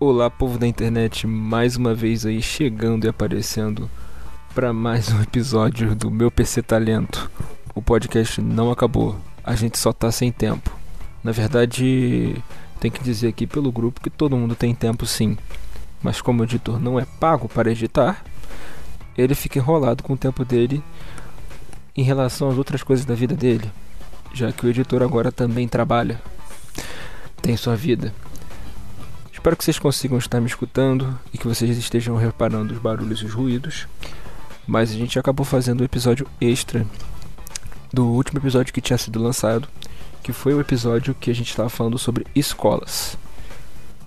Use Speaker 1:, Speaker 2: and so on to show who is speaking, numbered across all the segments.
Speaker 1: Olá, povo da internet, mais uma vez aí chegando e aparecendo para mais um episódio do Meu PC Talento. O podcast não acabou, a gente só tá sem tempo. Na verdade, tem que dizer aqui pelo grupo que todo mundo tem tempo sim, mas como o editor não é pago para editar, ele fica enrolado com o tempo dele em relação às outras coisas da vida dele, já que o editor agora também trabalha, tem sua vida. Espero que vocês consigam estar me escutando e que vocês estejam reparando os barulhos e os ruídos. Mas a gente acabou fazendo o episódio extra do último episódio que tinha sido lançado, que foi o episódio que a gente estava falando sobre escolas.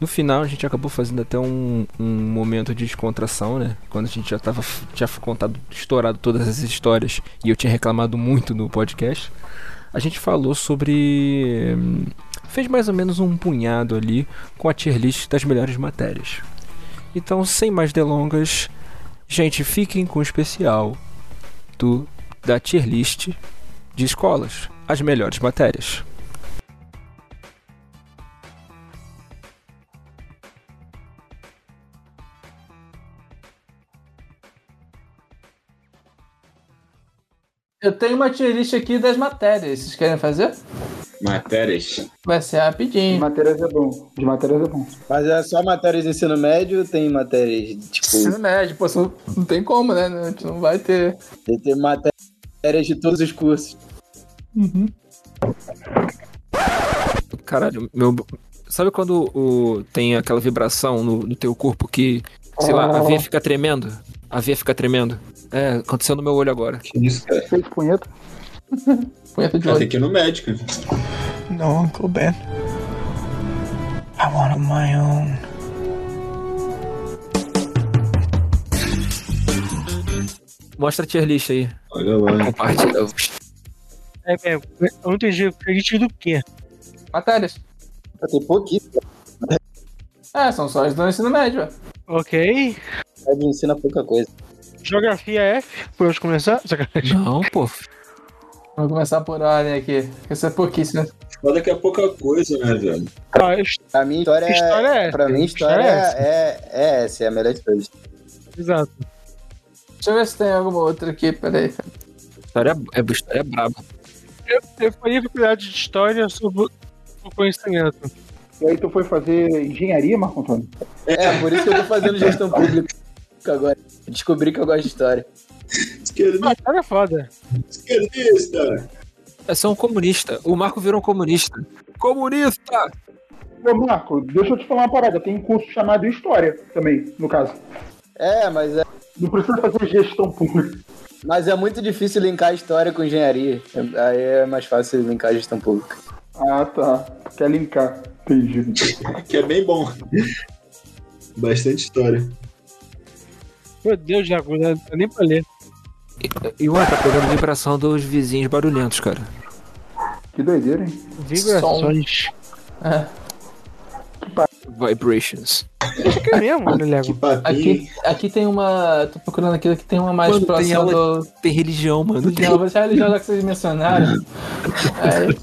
Speaker 1: No final a gente acabou fazendo até um, um momento de descontração, né? Quando a gente já tava já contado, estourado todas as histórias e eu tinha reclamado muito no podcast. A gente falou sobre hum, fez mais ou menos um punhado ali com a tier list das melhores matérias. Então, sem mais delongas, gente, fiquem com o especial do da tier list de escolas, as melhores matérias.
Speaker 2: Eu tenho uma tier list aqui das matérias. Vocês querem fazer?
Speaker 3: Matérias.
Speaker 2: Vai ser
Speaker 4: De
Speaker 2: rapidinho.
Speaker 4: matérias é bom. De matérias é bom.
Speaker 5: Mas é só matérias de ensino médio, tem matérias, tipo,
Speaker 2: Ensino médio, pô, isso não tem como, né? A gente não vai ter.
Speaker 5: tem matérias de todos os cursos.
Speaker 1: Caralho, meu. Sabe quando o, tem aquela vibração no, no teu corpo que, sei lá, a veia fica tremendo? A veia fica tremendo. É, aconteceu no meu olho agora.
Speaker 3: Que isso, cara?
Speaker 4: Feito punheta.
Speaker 2: Punheta de
Speaker 3: Já
Speaker 2: olho.
Speaker 3: tem que ir no médico.
Speaker 6: No, Uncle Ben. I want on my own.
Speaker 1: Mostra a tier list aí.
Speaker 3: Olha lá.
Speaker 1: Compartilha.
Speaker 7: É, é, eu não entendi. Predict do quê?
Speaker 2: Matérias.
Speaker 5: Tem pouquíssimo.
Speaker 2: É, são só as do ensino médio. ó.
Speaker 7: Ok.
Speaker 5: Médio ensina pouca coisa.
Speaker 7: Geografia F, por onde começar? Sacanagem.
Speaker 1: Não, pô.
Speaker 2: Vamos começar por ordem aqui. Essa é pouquíssima.
Speaker 3: Só daqui a pouca coisa, né, velho?
Speaker 7: Ah, eu-
Speaker 5: Pra mim, história
Speaker 7: Que história é essa?
Speaker 5: Pra mim,
Speaker 7: Que
Speaker 5: história
Speaker 7: história é essa?
Speaker 5: é, é, é essa, é a melhor de todas.
Speaker 7: Exato.
Speaker 2: Deixa eu ver se tem alguma outra aqui, peraí. cara.
Speaker 1: História é, é, história é braba.
Speaker 7: Eu faria faculdade de história sobre o conhecimento.
Speaker 4: E aí tu foi fazer engenharia, Marco Antônio?
Speaker 5: É, por isso que eu tô fazendo gestão pública agora. Descobri que eu gosto de história.
Speaker 3: Esquerdista,
Speaker 7: Cara, é foda.
Speaker 3: esquerdista.
Speaker 1: É só um comunista. O Marco virou um comunista. Comunista!
Speaker 4: Ô, Marco, deixa eu te falar uma parada. Tem um curso chamado História também, no caso.
Speaker 5: É, mas é,
Speaker 4: Não precisa fazer gestão pública.
Speaker 5: mas é muito difícil linkar história com engenharia. É- Aí é mais fácil linkar gestão pública.
Speaker 4: Ah, tá. Quer linkar. Entendi.
Speaker 3: Que é bem bom. Bastante história.
Speaker 7: Meu Deus, Iago, não dá nem pra ler.
Speaker 1: E ué, tá pegando vibração dos vizinhos barulhentos, cara.
Speaker 4: Que doideira, hein?
Speaker 7: Vibrações.
Speaker 2: É.
Speaker 1: Vibrations.
Speaker 7: Acho que é mesmo, né,
Speaker 3: Que
Speaker 7: Iago?
Speaker 3: papinho.
Speaker 2: Aqui, aqui tem uma. Tô procurando aqui que tem uma mais
Speaker 1: Mano, tem
Speaker 2: próxima
Speaker 1: aula-
Speaker 2: do.
Speaker 1: Tem religião, mano.
Speaker 2: do que ela- Já religião já que vocês mencionaram. Aí,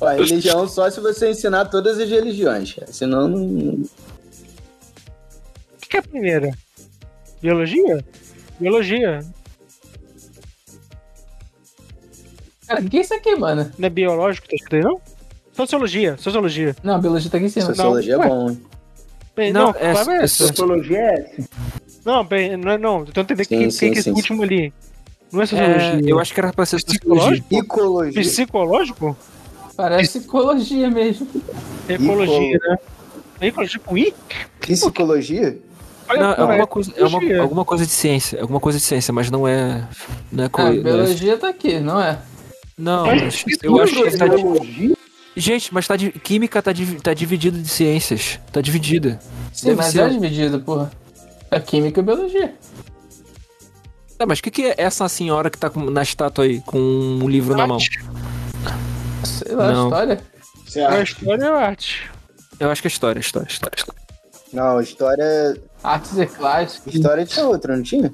Speaker 5: Ó, religião só se você ensinar todas as religiões, cara. senão não...
Speaker 7: O que que é a primeira? Biologia? Biologia.
Speaker 2: cara, o que é isso aqui, mano?
Speaker 7: Não é biológico, tá escrito aí, não? Sociologia, sociologia.
Speaker 2: Não, a biologia tá aqui em cima.
Speaker 5: sociologia é
Speaker 7: Ué.
Speaker 5: bom. hein?
Speaker 7: Bem,
Speaker 1: Não,
Speaker 7: não,
Speaker 1: é-
Speaker 7: claro é
Speaker 1: é
Speaker 7: essa.
Speaker 4: Sociologia é S.
Speaker 7: Não, bem, não é não. Tô
Speaker 5: Sim,
Speaker 7: tentando que, que,
Speaker 5: sim,
Speaker 7: que é esse
Speaker 5: sim,
Speaker 7: último ali. Não é
Speaker 1: É,
Speaker 7: sociologia.
Speaker 1: eu acho que é era pra ser sociologia.
Speaker 7: Psicológico?
Speaker 5: Ecologia.
Speaker 7: Psicológico?
Speaker 2: Parece psicologia mesmo.
Speaker 7: Ecologia, né? É Ecologia com I?
Speaker 5: Psicologia?
Speaker 7: Olha,
Speaker 1: Não, é
Speaker 7: cara,
Speaker 1: alguma coisa, é uma-
Speaker 7: ecologia.
Speaker 1: alguma coisa de ciência. Alguma coisa de ciência, mas não é. Não é
Speaker 2: Ah,
Speaker 1: coisa.
Speaker 2: biologia tá aqui, não é?
Speaker 1: não,
Speaker 7: Mas
Speaker 1: mas
Speaker 7: que
Speaker 1: eu acho que tá.
Speaker 4: Sociologia?
Speaker 1: Gente, mas tá de, química tá, div- tá dividido de ciências. Tá dividida.
Speaker 2: Sim,
Speaker 1: Deve
Speaker 2: mas
Speaker 1: ser.
Speaker 2: é dividido, porra. É química e biologia.
Speaker 1: Tá, mas o que, que é essa senhora que tá com- na estátua aí, com um livro na mão?
Speaker 2: Sei lá,
Speaker 1: Não.
Speaker 2: história.
Speaker 3: Você
Speaker 7: A
Speaker 3: acha?
Speaker 7: história é arte.
Speaker 1: Eu acho que é história, história, história. história.
Speaker 5: Não, história,
Speaker 2: Artes e clássicas.
Speaker 5: história tinha outra, não tinha?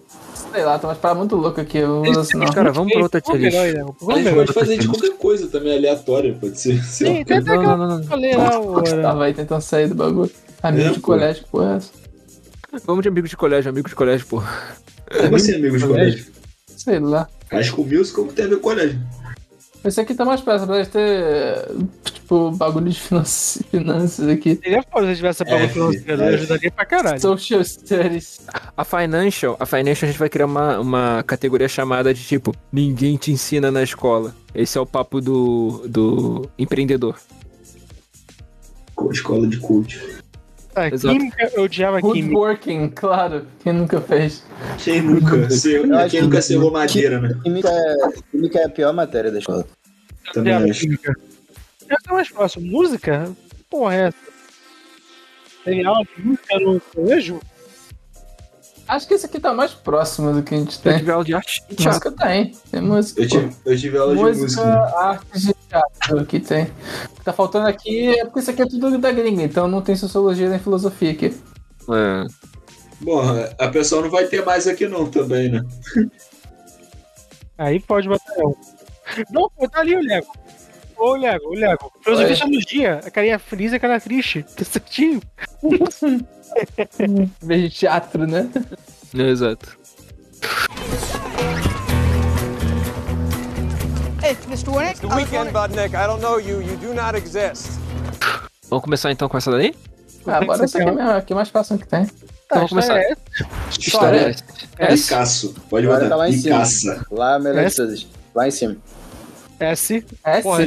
Speaker 2: Sei lá, tá umas paradas muito loucas aqui. Eu assim, não uso isso, não.
Speaker 1: Cara, vamos pra outra tier
Speaker 7: Vamos
Speaker 1: list.
Speaker 7: melhor, Iago,
Speaker 3: A
Speaker 7: vamos
Speaker 3: gente
Speaker 7: melhor.
Speaker 3: pode fazer de qualquer coisa também, aleatória, pode ser. sei lá.
Speaker 7: Sim, tem até
Speaker 1: Não,
Speaker 7: aquela
Speaker 1: não, não, não.
Speaker 7: que eu falei lá, o...
Speaker 2: Tava aí tentando sair do bagulho. Amigo
Speaker 3: É,
Speaker 2: de
Speaker 3: pô.
Speaker 2: colégio, pô, é essa?
Speaker 1: Vamos de amigo de colégio, amigo de colégio, pô.
Speaker 3: Como assim, amigo de colégio?
Speaker 2: sei lá.
Speaker 3: High School Musical que tem a ver com colégio.
Speaker 2: Esse aqui tá mais perto, parece ter, tipo, bagulho de financi- finanças aqui.
Speaker 7: Seria foda se eu tivesse essa
Speaker 3: É,
Speaker 7: pergunta financeira, eu
Speaker 3: é.
Speaker 7: ajudaria pra caralho.
Speaker 2: Social Studies.
Speaker 1: A Financial, a Financial a gente vai criar uma, uma categoria chamada de tipo, ninguém te ensina na escola. Esse é o papo do, do empreendedor.
Speaker 3: Com Escola de cult.
Speaker 7: Ah,
Speaker 1: Exato.
Speaker 7: química, eu odiava
Speaker 2: Good
Speaker 7: química.
Speaker 2: working, claro. Quem nunca fez?
Speaker 3: Quem nunca, serrou-
Speaker 5: Eu acho
Speaker 3: quem nunca
Speaker 5: que-
Speaker 3: serrou madeira, né?
Speaker 5: Química é, química é a pior matéria da escola.
Speaker 7: Eu
Speaker 3: Também
Speaker 7: odiava
Speaker 3: acho.
Speaker 7: química. Eu tô mais próximo. Música? Porra, é essa? Tem aula de música no colégio?
Speaker 2: Acho que esse aqui tá mais próximo do que a gente
Speaker 1: Se eu
Speaker 2: tem.
Speaker 1: tiver aula de arte e teatro.
Speaker 2: Música tem, tem música.
Speaker 3: Eu
Speaker 2: pô.
Speaker 3: tive, eu tive aula de
Speaker 2: música,
Speaker 3: música.
Speaker 2: arte de teatro que tem. O que tá faltando aqui é porque isso aqui é tudo da gringa, então não tem sociologia nem filosofia aqui.
Speaker 1: É.
Speaker 3: Porra, a pessoa não vai ter mais aqui não também, né?
Speaker 7: Aí pode botar não. Não, pô, tá ali o Lego. Ô, Lego, ô, Lego.
Speaker 2: Oi.
Speaker 7: Filosofia sociologia. A carinha feliz e a cara triste. Tá
Speaker 2: Em
Speaker 7: certinho.
Speaker 2: vez de teatro, né?
Speaker 1: É, Exato.
Speaker 8: Hey, Mr. Winnick. I was wondering-
Speaker 9: Budnick, I don't know you. You do not exist.
Speaker 1: Vamos começar então com essa daí?
Speaker 2: Ah,
Speaker 7: Tem que
Speaker 2: bora
Speaker 7: ser
Speaker 2: essa aqui mesmo, aqui é mais próximo que tem.
Speaker 1: Então vamos começar.
Speaker 7: É,
Speaker 2: História.
Speaker 1: História. S.
Speaker 3: Picasso. Pode
Speaker 5: Agora
Speaker 3: botar.
Speaker 5: tá lá em cima.
Speaker 3: Picaça.
Speaker 5: Lá, é melhor de
Speaker 7: Essa?
Speaker 5: todas. Lá em cima.
Speaker 7: S.
Speaker 2: S.
Speaker 7: Porra,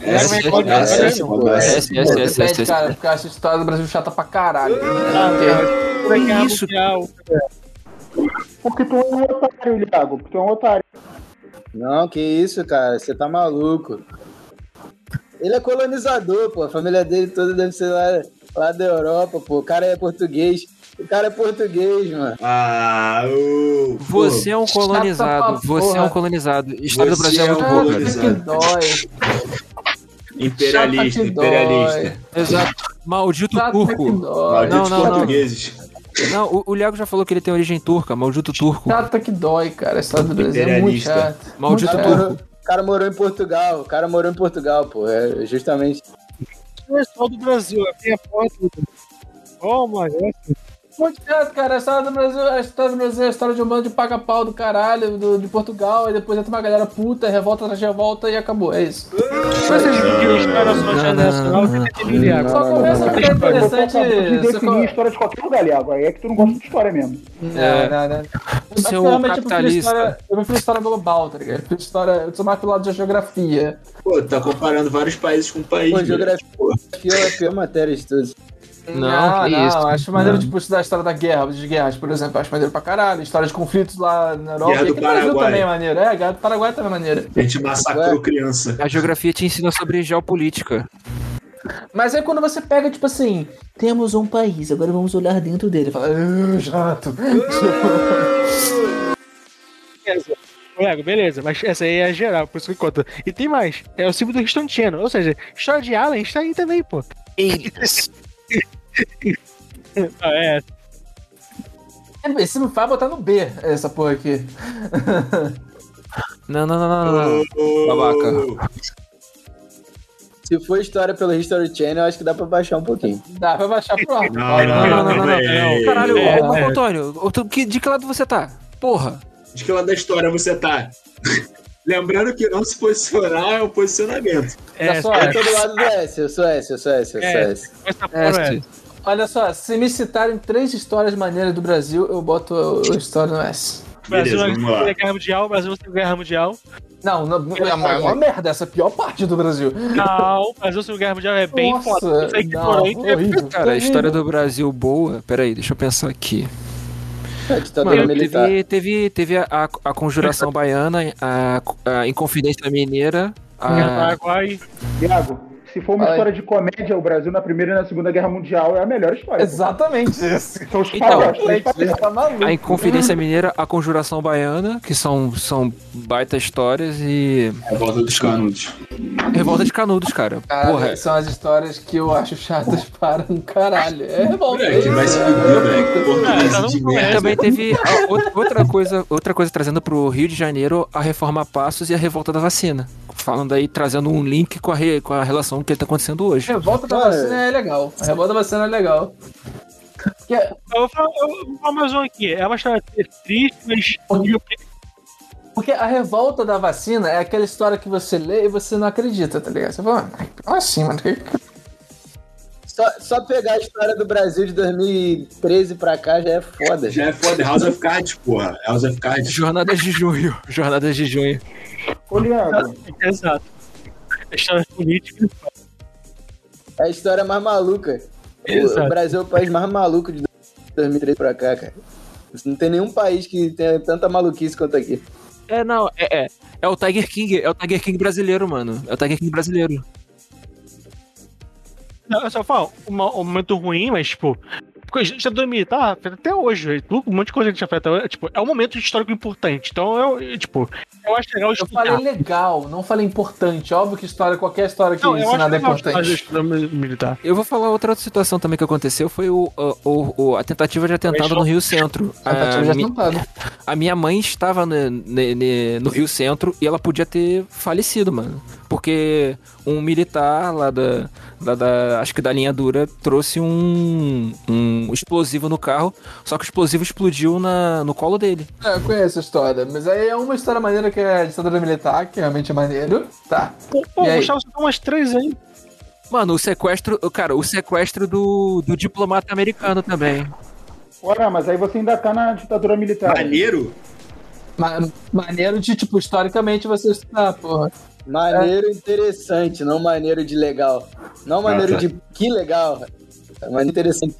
Speaker 3: Essa,
Speaker 1: S,
Speaker 3: essa,
Speaker 1: S,
Speaker 3: essa,
Speaker 5: pô,
Speaker 1: S,
Speaker 3: essa.
Speaker 1: S, S, S,
Speaker 2: Depende,
Speaker 1: S.
Speaker 2: cara, porque eu acho a história do Brasil chata pra caralho. é
Speaker 7: Guerra
Speaker 1: isso?
Speaker 7: Mundial.
Speaker 4: Porque tu é um otário, Iago. Tu é um otário.
Speaker 5: Não, que isso, cara. Você tá maluco. Ele é colonizador, pô. A família dele toda deve ser lá, lá da Europa, pô. O cara é português. O cara é português, mano.
Speaker 3: Ah, ô, pô,
Speaker 1: Você é um colonizado.
Speaker 2: Chata pra
Speaker 1: Você é um
Speaker 2: porra.
Speaker 1: colonizado. História do
Speaker 3: Você
Speaker 1: Brasil é
Speaker 3: é
Speaker 8: tá
Speaker 1: muito
Speaker 3: um
Speaker 1: boa,
Speaker 2: Ah,
Speaker 1: cara.
Speaker 2: que dói.
Speaker 3: imperialista,
Speaker 2: Chata que dói.
Speaker 3: imperialista.
Speaker 1: Exato. Maldito
Speaker 2: Chata que
Speaker 1: turco.
Speaker 2: dói.
Speaker 3: Malditos
Speaker 1: não, não.
Speaker 3: portugueses.
Speaker 1: Não, o, o Liago já falou que ele tem origem turca. Maldito turco.
Speaker 2: Chata que dói, cara. A história do Brasil é muito
Speaker 3: Imperialista.
Speaker 2: chata.
Speaker 5: O
Speaker 1: Maldito
Speaker 5: cara,
Speaker 2: turco.
Speaker 5: morou, o cara morou em Portugal. O cara morou em Portugal, pô. É justamente.
Speaker 7: O pessoal do Brasil. É minha foto. Oh, mano.
Speaker 2: Muito chato, cara. A história do Brasil, a história do Brasil é a história de um bando de paga-pau do caralho, do- de Portugal, e depois entra uma galera puta, revolta atrás de revolta e acabou. É isso.
Speaker 7: Vocês viram a história da
Speaker 1: Não, não,
Speaker 7: Sociedade Nacional?
Speaker 1: não,
Speaker 7: Tem que ter Iago.
Speaker 2: Só começa a ficar interessante.
Speaker 4: Eu
Speaker 1: um
Speaker 4: vou te
Speaker 2: só co-
Speaker 4: definir a história de qualquer lugar, Iago. Aí é que tu não gosta de história mesmo.
Speaker 1: É.
Speaker 2: Não, não, não.
Speaker 1: O seu
Speaker 2: Mas, realmente, eu prefiro
Speaker 1: capitalista.
Speaker 2: história- Eu prefiro história global, tá ligado? Eu prefiro história. Eu sou mais pelo lado da geografia.
Speaker 3: Pô, tá comparando vários países com país.
Speaker 5: Pô,
Speaker 3: velho.
Speaker 5: geografia
Speaker 3: Pô,
Speaker 5: é a pior matéria de todas.
Speaker 1: Não, que isso.
Speaker 2: Acho maneiro, tipo, estudar a história da guerra, de guerras, por exemplo. Acho maneiro pra caralho. História de conflitos lá na Europa.
Speaker 3: Guerra
Speaker 2: e
Speaker 3: do
Speaker 2: aqui no Brasil
Speaker 3: Paraguai.
Speaker 2: também é maneiro. É, a guerra do Paraguai também é maneiro.
Speaker 3: a gente massacrou criança.
Speaker 1: A geografia te ensina sobre geopolítica.
Speaker 2: Mas é quando você pega, tipo assim, temos um país, agora vamos olhar dentro dele. Fala, "Ah, jato.
Speaker 7: Beleza. Iago, beleza. Mas essa aí é geral, por isso que conta. E tem mais. É o símbolo do Houston Channel. Ou seja, história de Allen está aí também, pô. Ah, é.
Speaker 2: Esse me faz botar no B, essa porra aqui.
Speaker 1: Não, não, não, não, não,
Speaker 2: Ah,
Speaker 1: não. Babaca.
Speaker 5: Se for história pelo History Channel, eu acho que dá pra baixar um pouquinho.
Speaker 2: Dá pra baixar pro alto.
Speaker 3: Não, não, não, não, não, não.
Speaker 1: Caralho,
Speaker 7: É,
Speaker 1: ô, Marco
Speaker 7: é.
Speaker 1: Antônio, ô, tu- que- de que lado você tá? Porra.
Speaker 3: De que lado da história você tá? Lembrando que não se posicionar é um posicionamento.
Speaker 7: É,
Speaker 2: só,
Speaker 5: Eu tô do lado do S, eu sou S, eu sou S, eu sou
Speaker 7: É.
Speaker 5: S.
Speaker 7: essa porra é.
Speaker 1: Este.
Speaker 2: Olha só, se me citarem três histórias maneiras do Brasil, eu boto a história no S.
Speaker 7: Brasil
Speaker 3: Beleza, vamos lá.
Speaker 7: não tem guerra mundial, Brasil não tem guerra mundial.
Speaker 2: Não, não, não é a maior merda, essa é a pior parte do Brasil.
Speaker 7: Não, Brasil sem guerra mundial é bem
Speaker 2: Nossa,
Speaker 7: foda. Isso é
Speaker 2: não,
Speaker 7: ignorante. é
Speaker 2: horrível,
Speaker 1: Cara, a história
Speaker 2: horrível.
Speaker 1: do Brasil boa. Peraí, deixa eu pensar aqui.
Speaker 5: A ditadura
Speaker 1: Mano,
Speaker 5: militar.
Speaker 1: teve, teve, teve a, a Conjuração Baiana, a, a Inconfidência Mineira, a,
Speaker 7: Paraguai.
Speaker 4: Iago, se for uma
Speaker 2: Fala aí.
Speaker 4: história de comédia, o Brasil na Primeira e na Segunda Guerra Mundial é a melhor história. pô.
Speaker 2: Exatamente isso.
Speaker 4: São os
Speaker 1: Então,
Speaker 4: papéis, três papéis.
Speaker 2: Você tá maluco.
Speaker 1: a Inconfidência Mineira, a Conjuração Baiana, que são, são baita histórias e.
Speaker 3: É a volta dos canudos.
Speaker 1: Revolta de Canudos, cara.
Speaker 2: Caralho,
Speaker 1: Porra.
Speaker 2: são as histórias que eu acho chatas para um caralho. É bom.
Speaker 3: Moleque, vai se fuder, moleque.
Speaker 7: Ah,
Speaker 3: Português
Speaker 7: não
Speaker 3: de
Speaker 7: conhece.
Speaker 3: merda.
Speaker 1: Também teve a ou- outra coisa, outra coisa trazendo pro Rio de Janeiro a reforma Passos e a revolta da vacina. falando aí, trazendo um link com a, re- com a relação que tá acontecendo hoje.
Speaker 2: Revolta da
Speaker 5: Cara.
Speaker 2: vacina é legal. A revolta da vacina é legal. Que é-
Speaker 7: Eu vou falar, eu vou falar mais um aqui. É uma história triste, mas.
Speaker 2: Porque a revolta da vacina é aquela história que você lê e você não acredita, tá ligado? Você fala, "Ah, como assim, mano? Que- que-
Speaker 5: Só, só pegar a história do Brasil de 2013 pra cá já é foda.
Speaker 3: Já é foda, House of Cards, porra. House of Cards.
Speaker 1: Jornadas de junho. Jornadas de junho.
Speaker 4: Ô, Leandro,
Speaker 7: Exato. A história política.
Speaker 5: É a história mais maluca. O- O
Speaker 7: Exato.
Speaker 5: Brasil é o país mais maluco de 2013 pra cá, cara. Não tem nenhum país que tenha tanta maluquice quanto aqui.
Speaker 1: É, não, é, é. É o Tiger King, é o Tiger King brasileiro, mano. É o Tiger King brasileiro.
Speaker 7: Não, eu só falo, uma- um momento ruim, mas, tipo. porque o Ditador militar, afeta tá? até hoje, tudo, um monte de coisa que te afeta. Tipo, é um momento histórico importante. Então, eu, eu, tipo, eu acho legal
Speaker 2: Eu
Speaker 7: estudar.
Speaker 2: falei legal, não falei importante. Óbvio que história, qualquer história que
Speaker 7: não, eu acho
Speaker 2: ensinada é
Speaker 7: legal estudar
Speaker 2: importante.
Speaker 7: ditador militar.
Speaker 1: Eu vou falar outra situação também que aconteceu, foi o, o- o- a tentativa de atentado
Speaker 7: Fechou.
Speaker 1: no Rio Centro. É,
Speaker 2: A tentativa de
Speaker 1: mi-
Speaker 2: atentado.
Speaker 1: a minha mãe estava ne- ne- ne- no Rio Centro e ela podia ter falecido, mano. Porque um militar lá da, lá da- acho que da linha dura, trouxe um, um explosivo no carro, só que o explosivo explodiu na, no colo dele.
Speaker 2: É, eu conheço a história, mas aí é uma história maneira que é a ditadura militar, que realmente é maneiro. Tá.
Speaker 7: Pô, pô
Speaker 2: E aí?
Speaker 7: Gustavo, você tem umas três aí.
Speaker 1: Mano, o sequestro, cara, o sequestro do, do diplomata americano também.
Speaker 4: ora, mas aí você ainda tá na ditadura militar.
Speaker 3: Maneiro?
Speaker 2: Ma- maneiro de, tipo, historicamente você estudar, porra.
Speaker 5: Maneiro interessante, não maneiro de legal. Não maneiro
Speaker 3: tá.
Speaker 1: Ah,
Speaker 5: de que legal. É maneiro interessante.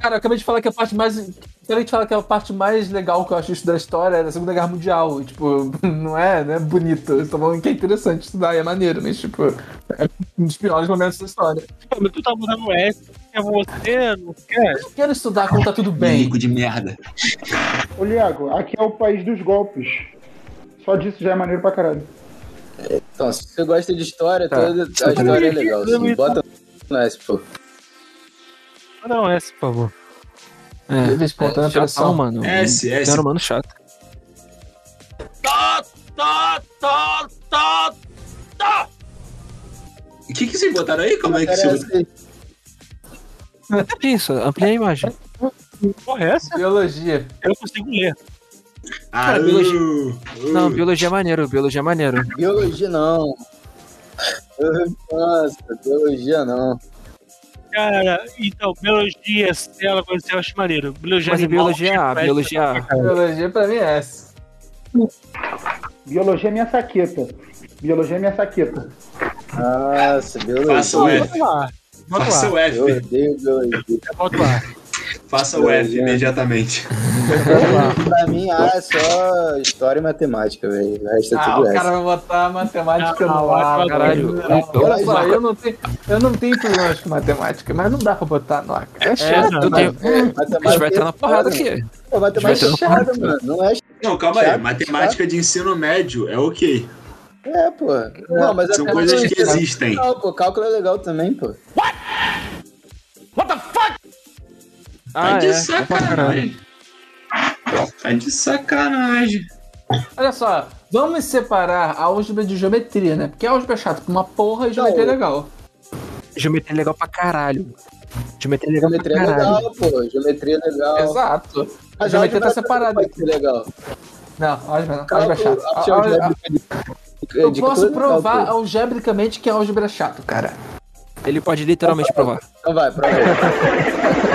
Speaker 2: Cara, eu acabei de falar que a parte mais. Acabei de falar que é a parte mais legal que eu acho de estudar história é da Segunda Guerra Mundial. E, tipo, não é, né? Bonito. Eu tô falando que é interessante estudar e é maneiro, mas, tipo, é um dos piores momentos da história.
Speaker 7: Pô, mas tu tá mudando o S, é você, não quer?
Speaker 2: Eu quero estudar quando tá
Speaker 3: Ah,
Speaker 2: tudo bem.
Speaker 3: Rico de merda.
Speaker 4: Ô, Liago, aqui é o país dos golpes. Só disso já é maneiro pra caralho.
Speaker 5: Então, se você gosta de
Speaker 1: Tá.
Speaker 5: história, toda a
Speaker 7: também
Speaker 5: história é legal.
Speaker 7: acredito,
Speaker 5: Sim,
Speaker 7: mas-
Speaker 5: bota no S, pô.
Speaker 7: Manda um S, por favor.
Speaker 1: É,
Speaker 2: Teve espontânea
Speaker 1: chatão,
Speaker 2: pressão.
Speaker 1: Uhum. mano.
Speaker 3: É, esse, é, esse.
Speaker 1: Era humano chato.
Speaker 3: O que que vocês botaram aí? Como é que
Speaker 5: Cara,
Speaker 3: você...
Speaker 5: assim,
Speaker 1: Que isso? Amplia a imagem.
Speaker 7: Porra, é essa?
Speaker 2: Biologia.
Speaker 7: Eu consigo ler.
Speaker 3: Ah,
Speaker 1: Cara,
Speaker 3: uh,
Speaker 1: biologia-
Speaker 3: uh.
Speaker 1: Não, biologia é maneiro, biologia é maneiro.
Speaker 5: biologia não. Nossa, biologia não.
Speaker 7: Cara, então, biologia, célula, coisa assim, eu acho maneiro. Biologia
Speaker 1: Mas é
Speaker 7: animal, tipo,
Speaker 1: biologia A,
Speaker 7: peste,
Speaker 1: biologia A.
Speaker 2: Biologia pra mim é essa.
Speaker 4: Biologia é minha saqueta. Biologia é minha saqueta.
Speaker 5: Nossa,
Speaker 3: Faça
Speaker 5: biologia.
Speaker 3: o
Speaker 7: Bota
Speaker 3: F.
Speaker 7: lá, bota
Speaker 3: Faça
Speaker 7: lá,
Speaker 5: Eu
Speaker 3: o F.
Speaker 5: odeio biologia.
Speaker 7: bota lá.
Speaker 3: Faça o F imediatamente.
Speaker 5: Pra mim, A é só história e matemática, velho. O resto é
Speaker 2: Ah,
Speaker 5: tudo
Speaker 2: o
Speaker 5: S.
Speaker 2: cara vai botar matemática
Speaker 7: Ah,
Speaker 2: no ar,
Speaker 7: vai,
Speaker 2: caralho.
Speaker 1: vai,
Speaker 2: Não,
Speaker 1: vai.
Speaker 2: Olha só, eu não, tenho, eu não tenho problemas com matemática, mas não dá pra botar no ar. cara. É chato,
Speaker 1: eu
Speaker 2: mano.
Speaker 1: tenho-
Speaker 5: Matemática
Speaker 1: A gente vai entrar na
Speaker 5: é
Speaker 1: porrada
Speaker 5: foda,
Speaker 1: aqui.
Speaker 5: mano. Pô, matemática
Speaker 1: Vai
Speaker 5: é
Speaker 1: ter
Speaker 5: chata, mano. Não é
Speaker 3: Não, calma aí.
Speaker 5: Chato,
Speaker 3: Matemática de ensino médio é ok.
Speaker 5: É, pô. Não, mas é
Speaker 3: São
Speaker 5: até
Speaker 3: coisas
Speaker 5: no
Speaker 3: que
Speaker 5: ensino
Speaker 3: existem.
Speaker 5: Não, pô, cálculo é legal também, pô.
Speaker 3: Tá
Speaker 1: Ah,
Speaker 3: de
Speaker 1: é.
Speaker 3: sacanagem. Tá de sacanagem.
Speaker 2: Olha só, vamos separar a álgebra de geometria, né? Porque a álgebra é chata pra uma porra e geometria é
Speaker 5: Não.
Speaker 2: legal.
Speaker 1: Geometria é legal pra caralho. Geometria é legal pra
Speaker 5: Geometria é
Speaker 1: caralho.
Speaker 5: legal, pô. Geometria é legal.
Speaker 2: Exato. A
Speaker 5: Mas
Speaker 2: geometria tá
Speaker 5: álgebra
Speaker 2: separada.
Speaker 5: também pode ser legal.
Speaker 2: Não, a álgebra não. A álgebra é
Speaker 5: Cálculo,
Speaker 2: chata. A- a- a-
Speaker 5: é
Speaker 2: Eu posso provar algebricamente que a álgebra é chato, cara.
Speaker 1: Ele pode literalmente provar.
Speaker 5: Então vai, prova aí.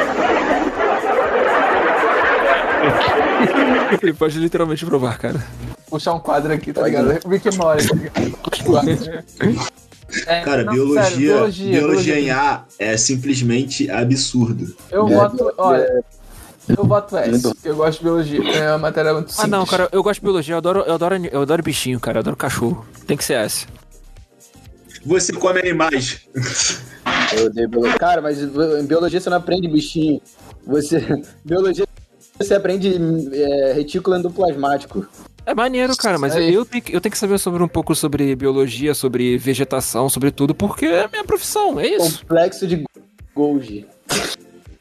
Speaker 1: Ele pode literalmente provar, cara.
Speaker 2: Puxar um quadro aqui, tá ligado? Rick and Morty. tá ligado? É,
Speaker 3: Cara,
Speaker 2: não,
Speaker 3: biologia,
Speaker 2: sério,
Speaker 3: biologia, em A é simplesmente absurdo.
Speaker 2: Eu
Speaker 5: É,
Speaker 2: voto, olha, eu voto S,
Speaker 5: Muito.
Speaker 2: porque eu gosto de biologia, é uma matéria muito
Speaker 1: Ah,
Speaker 2: simples.
Speaker 1: não, cara, eu gosto de biologia, eu adoro, eu adoro, ani- eu adoro bichinho, cara, eu adoro cachorro. Tem que ser essa.
Speaker 3: Você come animais.
Speaker 5: Eu odeio biologia. Cara, mas em biologia você não aprende bichinho. Você. Biologia você aprende é, retículo endoplasmático.
Speaker 1: É maneiro, cara, mas
Speaker 2: Aí.
Speaker 1: eu tenho, que, eu tenho que saber sobre um pouco sobre biologia, sobre vegetação, sobre tudo, porque é a minha profissão, é isso.
Speaker 5: Complexo de Golgi.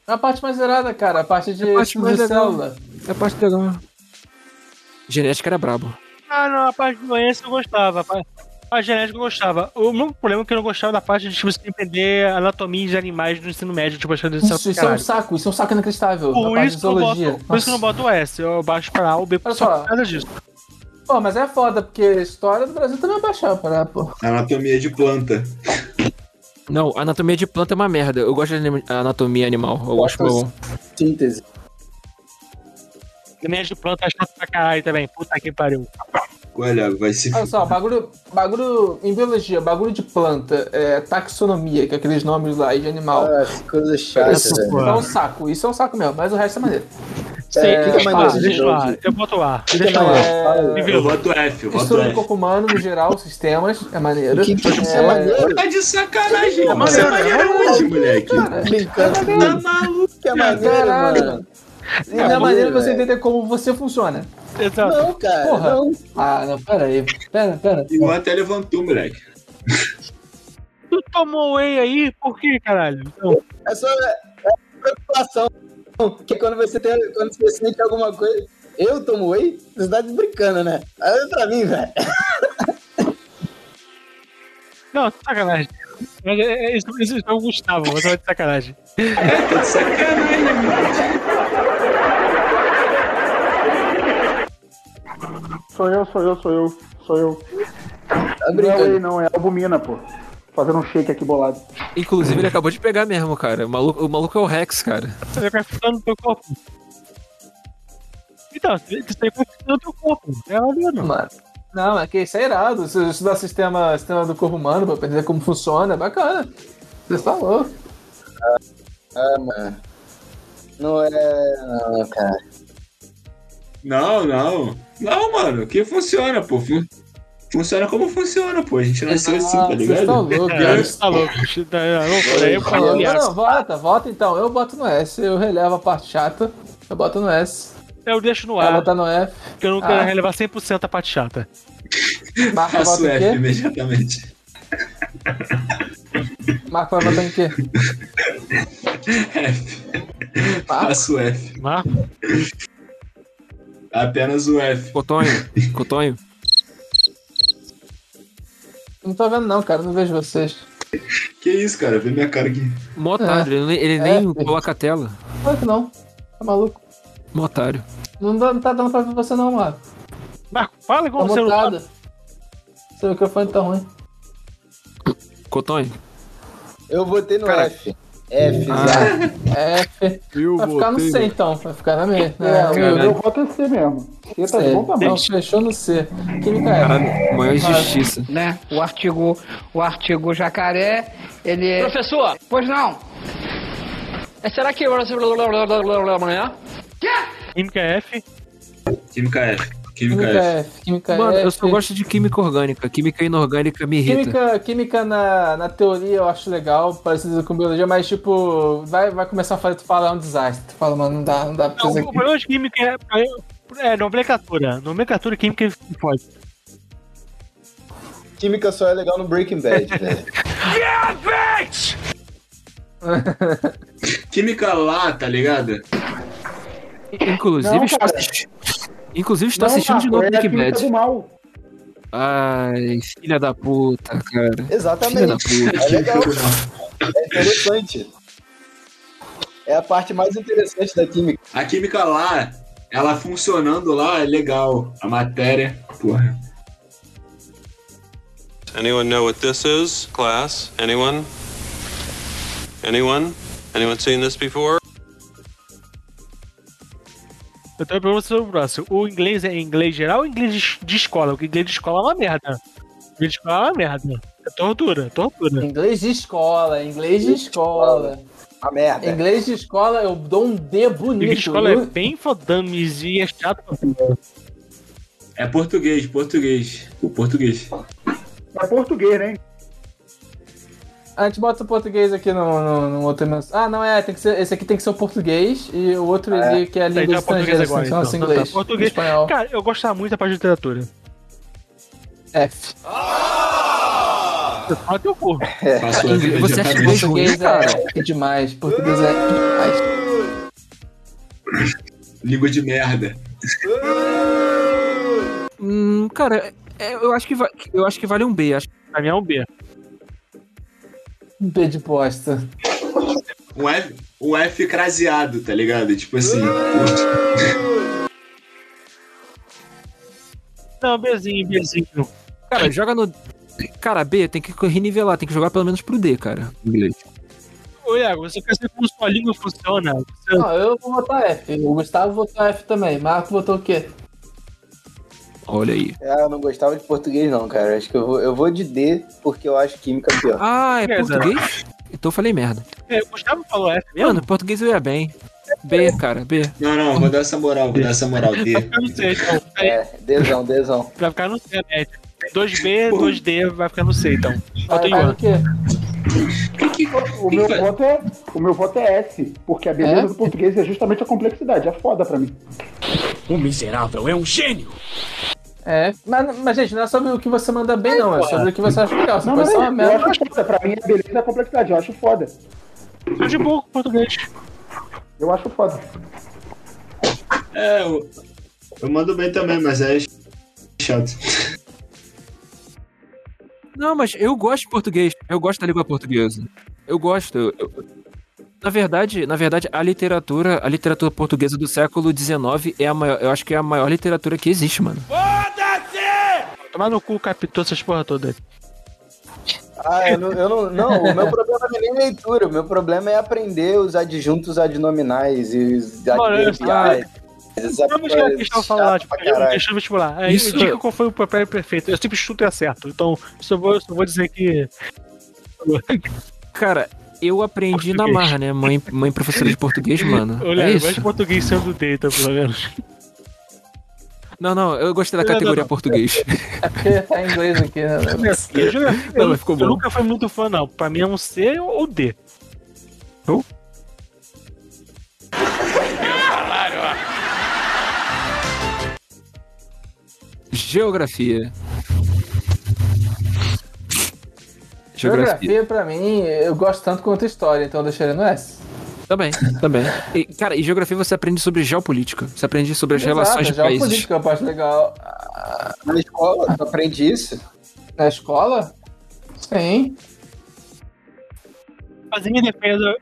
Speaker 2: A É parte mais zerada, cara,
Speaker 7: É
Speaker 2: a parte de,
Speaker 1: A parte mais
Speaker 2: de
Speaker 1: legal.
Speaker 2: célula.
Speaker 1: É parte legal. Genética era brabo.
Speaker 7: Ah, não, a parte de doença eu gostava. A parte- a genética eu gostava. O meu problema é que eu não gostava da parte de tipo, você entender a anatomia de animais do ensino médio, tipo, achando isso,
Speaker 2: Isso,
Speaker 7: isso
Speaker 2: isso é um
Speaker 7: caralho.
Speaker 2: saco, isso é um saco inacreditável. na
Speaker 7: Por
Speaker 2: parte de
Speaker 7: isso, que eu
Speaker 2: zoologia.
Speaker 7: boto, por isso que eu não boto o S, eu baixo pra A ou B
Speaker 2: Olha
Speaker 7: só
Speaker 2: só.
Speaker 7: por causa disso.
Speaker 2: Pô, mas é foda, porque a história do Brasil também é baixar, pará, pô.
Speaker 3: Anatomia de planta.
Speaker 1: Não, a anatomia de planta é uma merda. Eu gosto de anim- anatomia animal. Eu gosto que eu-
Speaker 5: Síntese.
Speaker 7: E minha de planta é chato pra caralho também. Puta que pariu.
Speaker 3: Olha, vai se.
Speaker 2: Olha só, bagulho, bagulho em biologia, bagulho de planta, é, taxonomia, que é aqueles nomes lá, e de animal.
Speaker 5: Ah, que coisa chata, velho.
Speaker 2: Isso é um saco, isso é um saco mesmo, mas o resto é maneiro.
Speaker 7: Sei,
Speaker 5: É, fica
Speaker 2: É,
Speaker 7: deixa
Speaker 5: maneiro,
Speaker 7: eu falar, deixa eu
Speaker 5: então,
Speaker 7: falar.
Speaker 5: gente.
Speaker 7: Eu boto o A.
Speaker 5: Fica maneiro, fala.
Speaker 7: Me
Speaker 3: Eu
Speaker 7: viu.
Speaker 3: voto F, eu voto
Speaker 2: Estudo do
Speaker 3: F.
Speaker 2: corpo humano, no geral, sistemas, é maneiro.
Speaker 5: Que- que- Isso é
Speaker 2: É,
Speaker 5: maneiro.
Speaker 3: Tá de sacanagem,
Speaker 5: Tá
Speaker 3: mano. Você é
Speaker 5: maneiro,
Speaker 3: maneiro hoje, moleque.
Speaker 2: Cara,
Speaker 5: Brincando
Speaker 3: Tá
Speaker 5: comigo.
Speaker 3: maluco.
Speaker 5: Que é maneiro,
Speaker 2: Caralho.
Speaker 5: mano.
Speaker 2: não é maneiro você
Speaker 5: velho.
Speaker 2: entender como você funciona.
Speaker 7: Exato.
Speaker 5: Não, cara.
Speaker 2: Porra.
Speaker 5: Não.
Speaker 2: Ah, não, pera aí. Pera, pera.
Speaker 3: E o até levantou, moleque.
Speaker 7: Tu tomou whey aí? Por que, caralho? Não.
Speaker 5: É só é, é preocupação. Porque quando você tem. Quando você sente alguma coisa. Eu tomo whey, você tá brincando, né? Aí olha pra mim, velho.
Speaker 7: Não, sacanagem. Mas é- é- Isso, isso, isso é o Gustavo, você vai de sacanagem.
Speaker 3: Tá de sacanagem, mano.
Speaker 4: Sou eu, sou eu, sou eu, sou eu.
Speaker 5: Tá
Speaker 4: Não é whey,
Speaker 5: brincando.
Speaker 4: não, é albumina, pô. Fazendo um shake aqui bolado.
Speaker 1: Inclusive, ele acabou de pegar mesmo, cara. O maluco, o maluco é o Rex, cara.
Speaker 7: Você vai ficando no teu corpo. Então, você você vai ficando no teu corpo. É uma linda.
Speaker 2: Mano. Não, é que isso é irado. Se eu estudar sistema, sistema do corpo humano pra aprender como funciona, é bacana. Você tá falou.
Speaker 5: Ah, mano. Não é. Não, cara.
Speaker 3: Não, não. Não, mano. Que funciona, pô. Fun- Funciona como funciona, pô. A gente
Speaker 2: é
Speaker 3: nasceu assim, tá
Speaker 2: Vocês estão
Speaker 3: ligado?
Speaker 2: loucos.
Speaker 7: É, você tá louco. bicho. Não, não, não, falei, eu falei,
Speaker 2: Não,
Speaker 7: aliás.
Speaker 2: não, vota, vota então. Eu boto no S, eu relevo a parte chata. Eu boto no S.
Speaker 7: Eu deixo no
Speaker 2: Ela
Speaker 7: ar,
Speaker 2: tá no F.
Speaker 7: porque eu não quero
Speaker 2: Ah.
Speaker 7: relevar 100% a parte chata.
Speaker 2: Marco vai
Speaker 3: Faço
Speaker 2: votar
Speaker 3: F
Speaker 2: em
Speaker 3: imediatamente.
Speaker 2: quê? Marco vai votar em quê?
Speaker 3: F.
Speaker 2: Marco?
Speaker 3: Faço F.
Speaker 7: Marco?
Speaker 3: Apenas o F.
Speaker 1: Cotonho, cotonho.
Speaker 2: Não tô vendo, não, cara. Não vejo vocês. É.
Speaker 3: Que isso, cara? Vê minha cara aqui.
Speaker 1: Mó otário, tá, ele, nem- ele nem coloca a tela.
Speaker 2: Claro que não. Tá maluco.
Speaker 1: Mó otário.
Speaker 2: Não, dá- não tá dando pra ver você, não, Marco.
Speaker 7: Marco, fala
Speaker 2: Tá
Speaker 7: igual você
Speaker 2: mutado. Seu microfone tá ruim.
Speaker 1: Cotonho.
Speaker 5: Eu votei no
Speaker 1: Cara.
Speaker 5: F. F,
Speaker 1: Ah.
Speaker 5: Zé.
Speaker 2: F. Vai ficar no C, então. Vai ficar na meia.
Speaker 4: É,
Speaker 2: Né?
Speaker 4: meu,
Speaker 1: caralho.
Speaker 4: meu voto é C mesmo. C tá de
Speaker 2: C.
Speaker 4: bom tamanho.
Speaker 2: Não, fechou no C. Química é.
Speaker 1: Caralho, maior injustiça.
Speaker 10: né? O artigo, o artigo jacaré, ele é... Professor! Pois não. É, será que...
Speaker 7: não. Química é F.
Speaker 3: Química F. Química
Speaker 2: Química
Speaker 3: F.
Speaker 2: F. Química
Speaker 1: Mano,
Speaker 2: F.
Speaker 1: eu só gosto de química orgânica. Química inorgânica me irrita.
Speaker 2: é, Química, química na, na teoria eu acho legal, parecido com biologia, mas tipo, vai, vai começar a falar, tu fala é um desastre. Tu fala, mano, não dá, não dá pra
Speaker 7: Não,
Speaker 2: fazer
Speaker 7: o
Speaker 2: aqui.
Speaker 7: problema de química é... É, nomenclatura. Nomenclatura e química é pode.
Speaker 5: Química só é legal no Breaking Bad, velho.
Speaker 3: Química lá, tá ligado?
Speaker 1: Inclusive,
Speaker 4: Não,
Speaker 1: está
Speaker 4: cara.
Speaker 1: assisti- Inclusive, está
Speaker 7: tá
Speaker 4: Não,
Speaker 1: Tá assistindo de
Speaker 4: Marco,
Speaker 1: novo
Speaker 4: é a
Speaker 1: Breaking
Speaker 4: química
Speaker 1: Bad.
Speaker 4: do mal.
Speaker 1: Ai, filha da puta, cara. Filha da
Speaker 5: Exatamente.
Speaker 1: puta.
Speaker 5: É legal. É interessante. É a parte mais interessante da química.
Speaker 3: A química lá, ela funcionando lá é legal. A matéria, porra.
Speaker 9: Anyone know what this is, class? Anyone? Anyone? Anyone seen this before?
Speaker 7: Eu tenho uma pergunta sobre o próximo. O inglês é inglês geral ou inglês de- de escola? Porque inglês de escola é uma merda. Inglês de escola é uma merda. É tortura, é tortura.
Speaker 2: Inglês de escola, inglês de escola.
Speaker 5: A merda.
Speaker 2: Inglês de escola, eu dou um D
Speaker 7: Inglês de
Speaker 2: bonito.
Speaker 7: escola é
Speaker 2: Eu-
Speaker 7: bem fodames e é chato.
Speaker 3: É português, português. O português.
Speaker 4: É português, né?
Speaker 2: A gente bota o português aqui no, no, no outro imenso. Ah, não, é, tem que ser, esse aqui tem que ser o português e o outro ali que é a
Speaker 7: Tá,
Speaker 2: língua
Speaker 7: então é português
Speaker 2: estrangeira,
Speaker 7: agora.
Speaker 2: assim, que é o nosso
Speaker 7: Então. Então tá,
Speaker 2: inglês.
Speaker 7: português.
Speaker 2: Espanhol.
Speaker 7: Cara, eu gostava muito da parte de literatura.
Speaker 2: F.
Speaker 7: Você fala teu cu.
Speaker 3: Faço F
Speaker 1: Você acha
Speaker 3: imediatamente.
Speaker 1: inglês ruim,
Speaker 2: Português
Speaker 1: cara?
Speaker 2: é, é demais. Português é demais.
Speaker 3: Língua de merda.
Speaker 1: Hum, Cara, é- eu, acho que va- eu acho que vale um B. Acho...
Speaker 7: Pra mim é um B.
Speaker 2: B um de posta.
Speaker 3: Um F, um F craseado, tá ligado? Tipo assim.
Speaker 7: Não, Bzinho, Bzinho.
Speaker 1: Cara, joga no. Cara, B tem que renivelar, tem que jogar pelo menos pro D, cara. Inglês.
Speaker 7: Ô, Iago, você quer saber como sua língua funciona? Você-
Speaker 2: Não, eu vou votar F. O Gustavo votou F também. Marco votou o quê?
Speaker 1: Olha aí.
Speaker 5: Ah, eu não gostava de português, não, cara. Acho que eu vou, eu vou de D, porque eu acho química pior.
Speaker 1: Ah, é português? Então eu falei merda.
Speaker 7: É, o Gustavo falou F
Speaker 1: Mano, português eu ia bem. B, cara, B.
Speaker 3: Não, não, vou dar essa moral, vou dar essa moral. D.
Speaker 7: Eu não sei, então.
Speaker 5: É, Dzão, Dzão.
Speaker 7: Vai ficar no C, né? 2B, 2D, vai ficar no C, então. Falta
Speaker 1: um.
Speaker 4: vai
Speaker 7: Ivan.
Speaker 4: no O meu, voto é, o meu voto é S, porque a beleza
Speaker 7: É?
Speaker 4: do português é justamente a complexidade. É foda pra mim.
Speaker 11: O miserável é um gênio.
Speaker 2: É. Mas, mas, gente, não é sobre o que você manda bem, não. É sobre o que você acha legal. Você
Speaker 4: Não,
Speaker 2: pode
Speaker 4: não,
Speaker 2: ser uma
Speaker 5: É
Speaker 4: não, eu
Speaker 2: merda.
Speaker 4: acho foda. Pra mim, a beleza é a complexidade. Eu acho foda.
Speaker 7: Eu de pouco português.
Speaker 4: Eu acho foda.
Speaker 3: É, eu, eu mando bem também, mas é chato.
Speaker 1: Não, mas eu gosto de português. Eu gosto da língua portuguesa. Eu gosto. eu- eu- Na verdade, na verdade, a literatura, a literatura portuguesa do século XIX é a maior, eu acho que é a maior literatura que existe, mano.
Speaker 7: Tomar no cu, captou essas porra toda.
Speaker 5: Ah, eu não, eu não, não, o meu problema não é nem leitura, o meu problema é aprender os adjuntos adnominais e os
Speaker 7: Mano, eu-
Speaker 5: adverbiais. Essa
Speaker 7: Vamos
Speaker 5: coisa
Speaker 7: ver a questão falar,
Speaker 5: chata
Speaker 7: tipo,
Speaker 5: pra caralho.
Speaker 7: questão vestibular. É,
Speaker 5: Isso-
Speaker 7: Diga qual foi o papel perfeito. Eu sempre chuto e acerto. Então, só vou, só vou dizer que.
Speaker 1: Cara, eu aprendi na marra, né? Mãe, mãe professora de português, mano.
Speaker 7: Olha,
Speaker 1: é
Speaker 7: eu
Speaker 1: isso.
Speaker 7: gosto de português sendo D, então, pelo menos.
Speaker 1: Não, não, eu gostei da
Speaker 7: Não, não,
Speaker 1: categoria
Speaker 7: não.
Speaker 1: português.
Speaker 2: É porque tá em inglês aqui, né?
Speaker 7: Eu, já-
Speaker 1: É Não,
Speaker 7: eu-
Speaker 1: mas ficou
Speaker 7: eu
Speaker 1: bom.
Speaker 7: nunca fui muito fã, não. Pra mim é um C ou D.
Speaker 1: Geografia. Geografia.
Speaker 2: Geografia, pra mim, eu gosto tanto quanto história, então eu deixaria no S.
Speaker 1: Também, também. E, cara, e geografia você aprende sobre geopolítica. Você aprende sobre as relações de países.
Speaker 2: política é uma parte legal.
Speaker 5: Na escola, tu aprende isso?
Speaker 2: Na escola? Sim.
Speaker 7: Mas em minha defesa.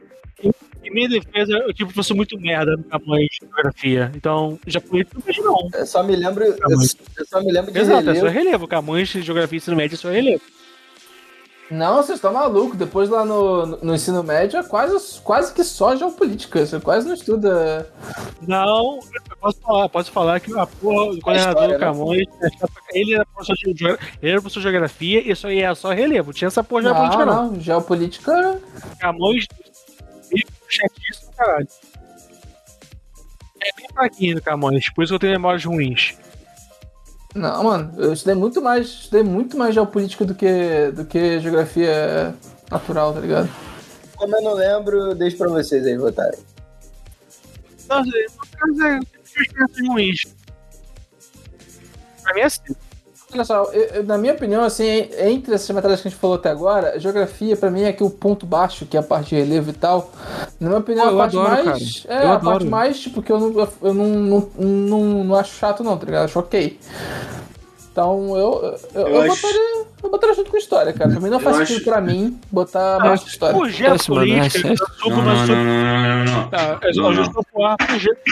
Speaker 7: em- Em minha defesa, eu tive um professor muito merda na mãe de geografia. Então, já por isso, mas não.
Speaker 5: Eu só me lembro. Eu, eu só me lembro de
Speaker 7: Exato, é só
Speaker 5: relevo.
Speaker 7: relevo. Camões, geografia, ensino médio, é só relevo.
Speaker 2: Não, vocês estão malucos. Depois lá no, no ensino médio é quase, quase que só geopolítica. Você quase não estuda.
Speaker 7: Não, eu posso falar, posso falar que a porra do coordenador
Speaker 2: história, né?
Speaker 7: Camões, ele era professor de geogra- ele era professor de geografia e só ia só relevo. Tinha essa porra de
Speaker 2: Não,
Speaker 7: geopolítica, não.
Speaker 2: não. Geopolítica.
Speaker 7: Camões, chatíssimo, caralho. É bem fraquinho do Camões, por isso que eu tenho memórias ruins.
Speaker 2: Não, mano. Eu estudei muito mais. Estudei muito mais geopolítica do que, do que geografia natural, tá ligado?
Speaker 5: Como eu não lembro, deixo pra vocês aí votarem.
Speaker 7: Não, Então, assim, eu quero dizer, eu tive experiências ruins. Pra mim é assim.
Speaker 2: Olha só, eu- eu- na minha opinião, assim, entre essas matérias que a gente falou até agora, a geografia, pra mim, é que o ponto baixo, que é a parte de relevo e tal. Na minha opinião,
Speaker 1: Pô,
Speaker 2: é
Speaker 1: eu
Speaker 2: a parte
Speaker 1: adoro,
Speaker 2: mais.
Speaker 1: cara.
Speaker 2: É,
Speaker 1: Eu
Speaker 2: a
Speaker 1: adoro.
Speaker 2: parte mais, tipo, que eu não, eu não, não, não, não acho chato, não, tá ligado? Acho ok. Então, eu, eu, eu,
Speaker 3: Eu acho-
Speaker 2: botaria, eu botaria junto com história, cara. Pra mim, não
Speaker 3: Eu
Speaker 2: faz
Speaker 3: acho-
Speaker 2: sentido pra mim
Speaker 1: Ah,
Speaker 2: botar abaixo de história.
Speaker 7: por geopolítica, eu sou
Speaker 3: Não,
Speaker 2: né?
Speaker 3: não, não, não, não, não, não.
Speaker 7: Tá,
Speaker 3: Não,
Speaker 7: eu só
Speaker 3: não.
Speaker 7: estou por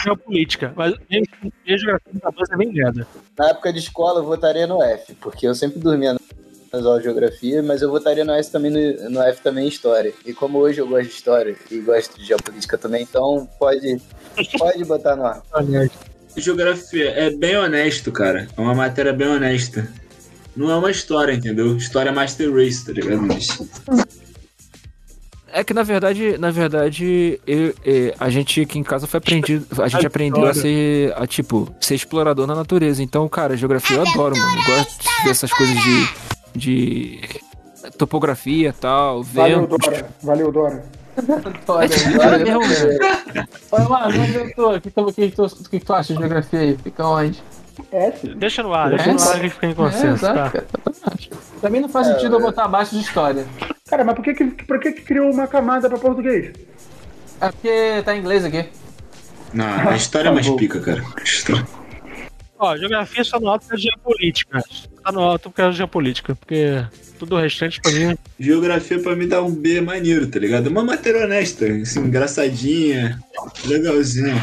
Speaker 7: geopolítica, é mas minha minha geografia da base é bem merda.
Speaker 5: Na época de escola, eu votaria no F, porque eu sempre dormia nas aulas de geografia, mas eu votaria no S também no, no F também em história. E como hoje eu gosto de história e gosto de geopolítica também, então pode, pode botar no ar.
Speaker 3: Geografia é bem honesto, cara. É uma matéria bem honesta. Não é uma história, entendeu? História é Master Race, tá ligado? Mas-
Speaker 1: É que na verdade, na verdade, eu- eh, a gente aqui em casa foi aprendido, a gente aprendeu a ser, a, tipo, ser explorador na natureza. Então, cara, geografia eu adoro, mano. Eu Gosto de ver essas coisas de, de topografia, tal,
Speaker 4: Valeu,
Speaker 1: vento.
Speaker 4: Dora. Valeu, Dora.
Speaker 2: Olha,
Speaker 1: Olha
Speaker 2: É um
Speaker 1: mesmo,
Speaker 2: Olha, Marcos, onde eu tô? O que, tu- o que, tu- o que tu acha de geografia aí? Fica onde?
Speaker 4: S.
Speaker 7: Deixa no ar, deixa no ar que fica em consenso,
Speaker 2: É? exato,
Speaker 7: tá?
Speaker 2: cara. Pra mim não faz sentido eu botar abaixo de história.
Speaker 4: Cara, mas por que, que, por que, que criou uma camada pra português?
Speaker 2: É porque tá em inglês aqui.
Speaker 3: Tá Não, a história é mais pica, cara. História-
Speaker 7: Ó, geografia só no alto por causa de geopolítica. Tá no alto por causa de geopolítica, porque tudo o restante pra mim. é
Speaker 3: Geografia pra mim dá um B maneiro, tá ligado? Uma matéria honesta, assim, engraçadinha, legalzinha.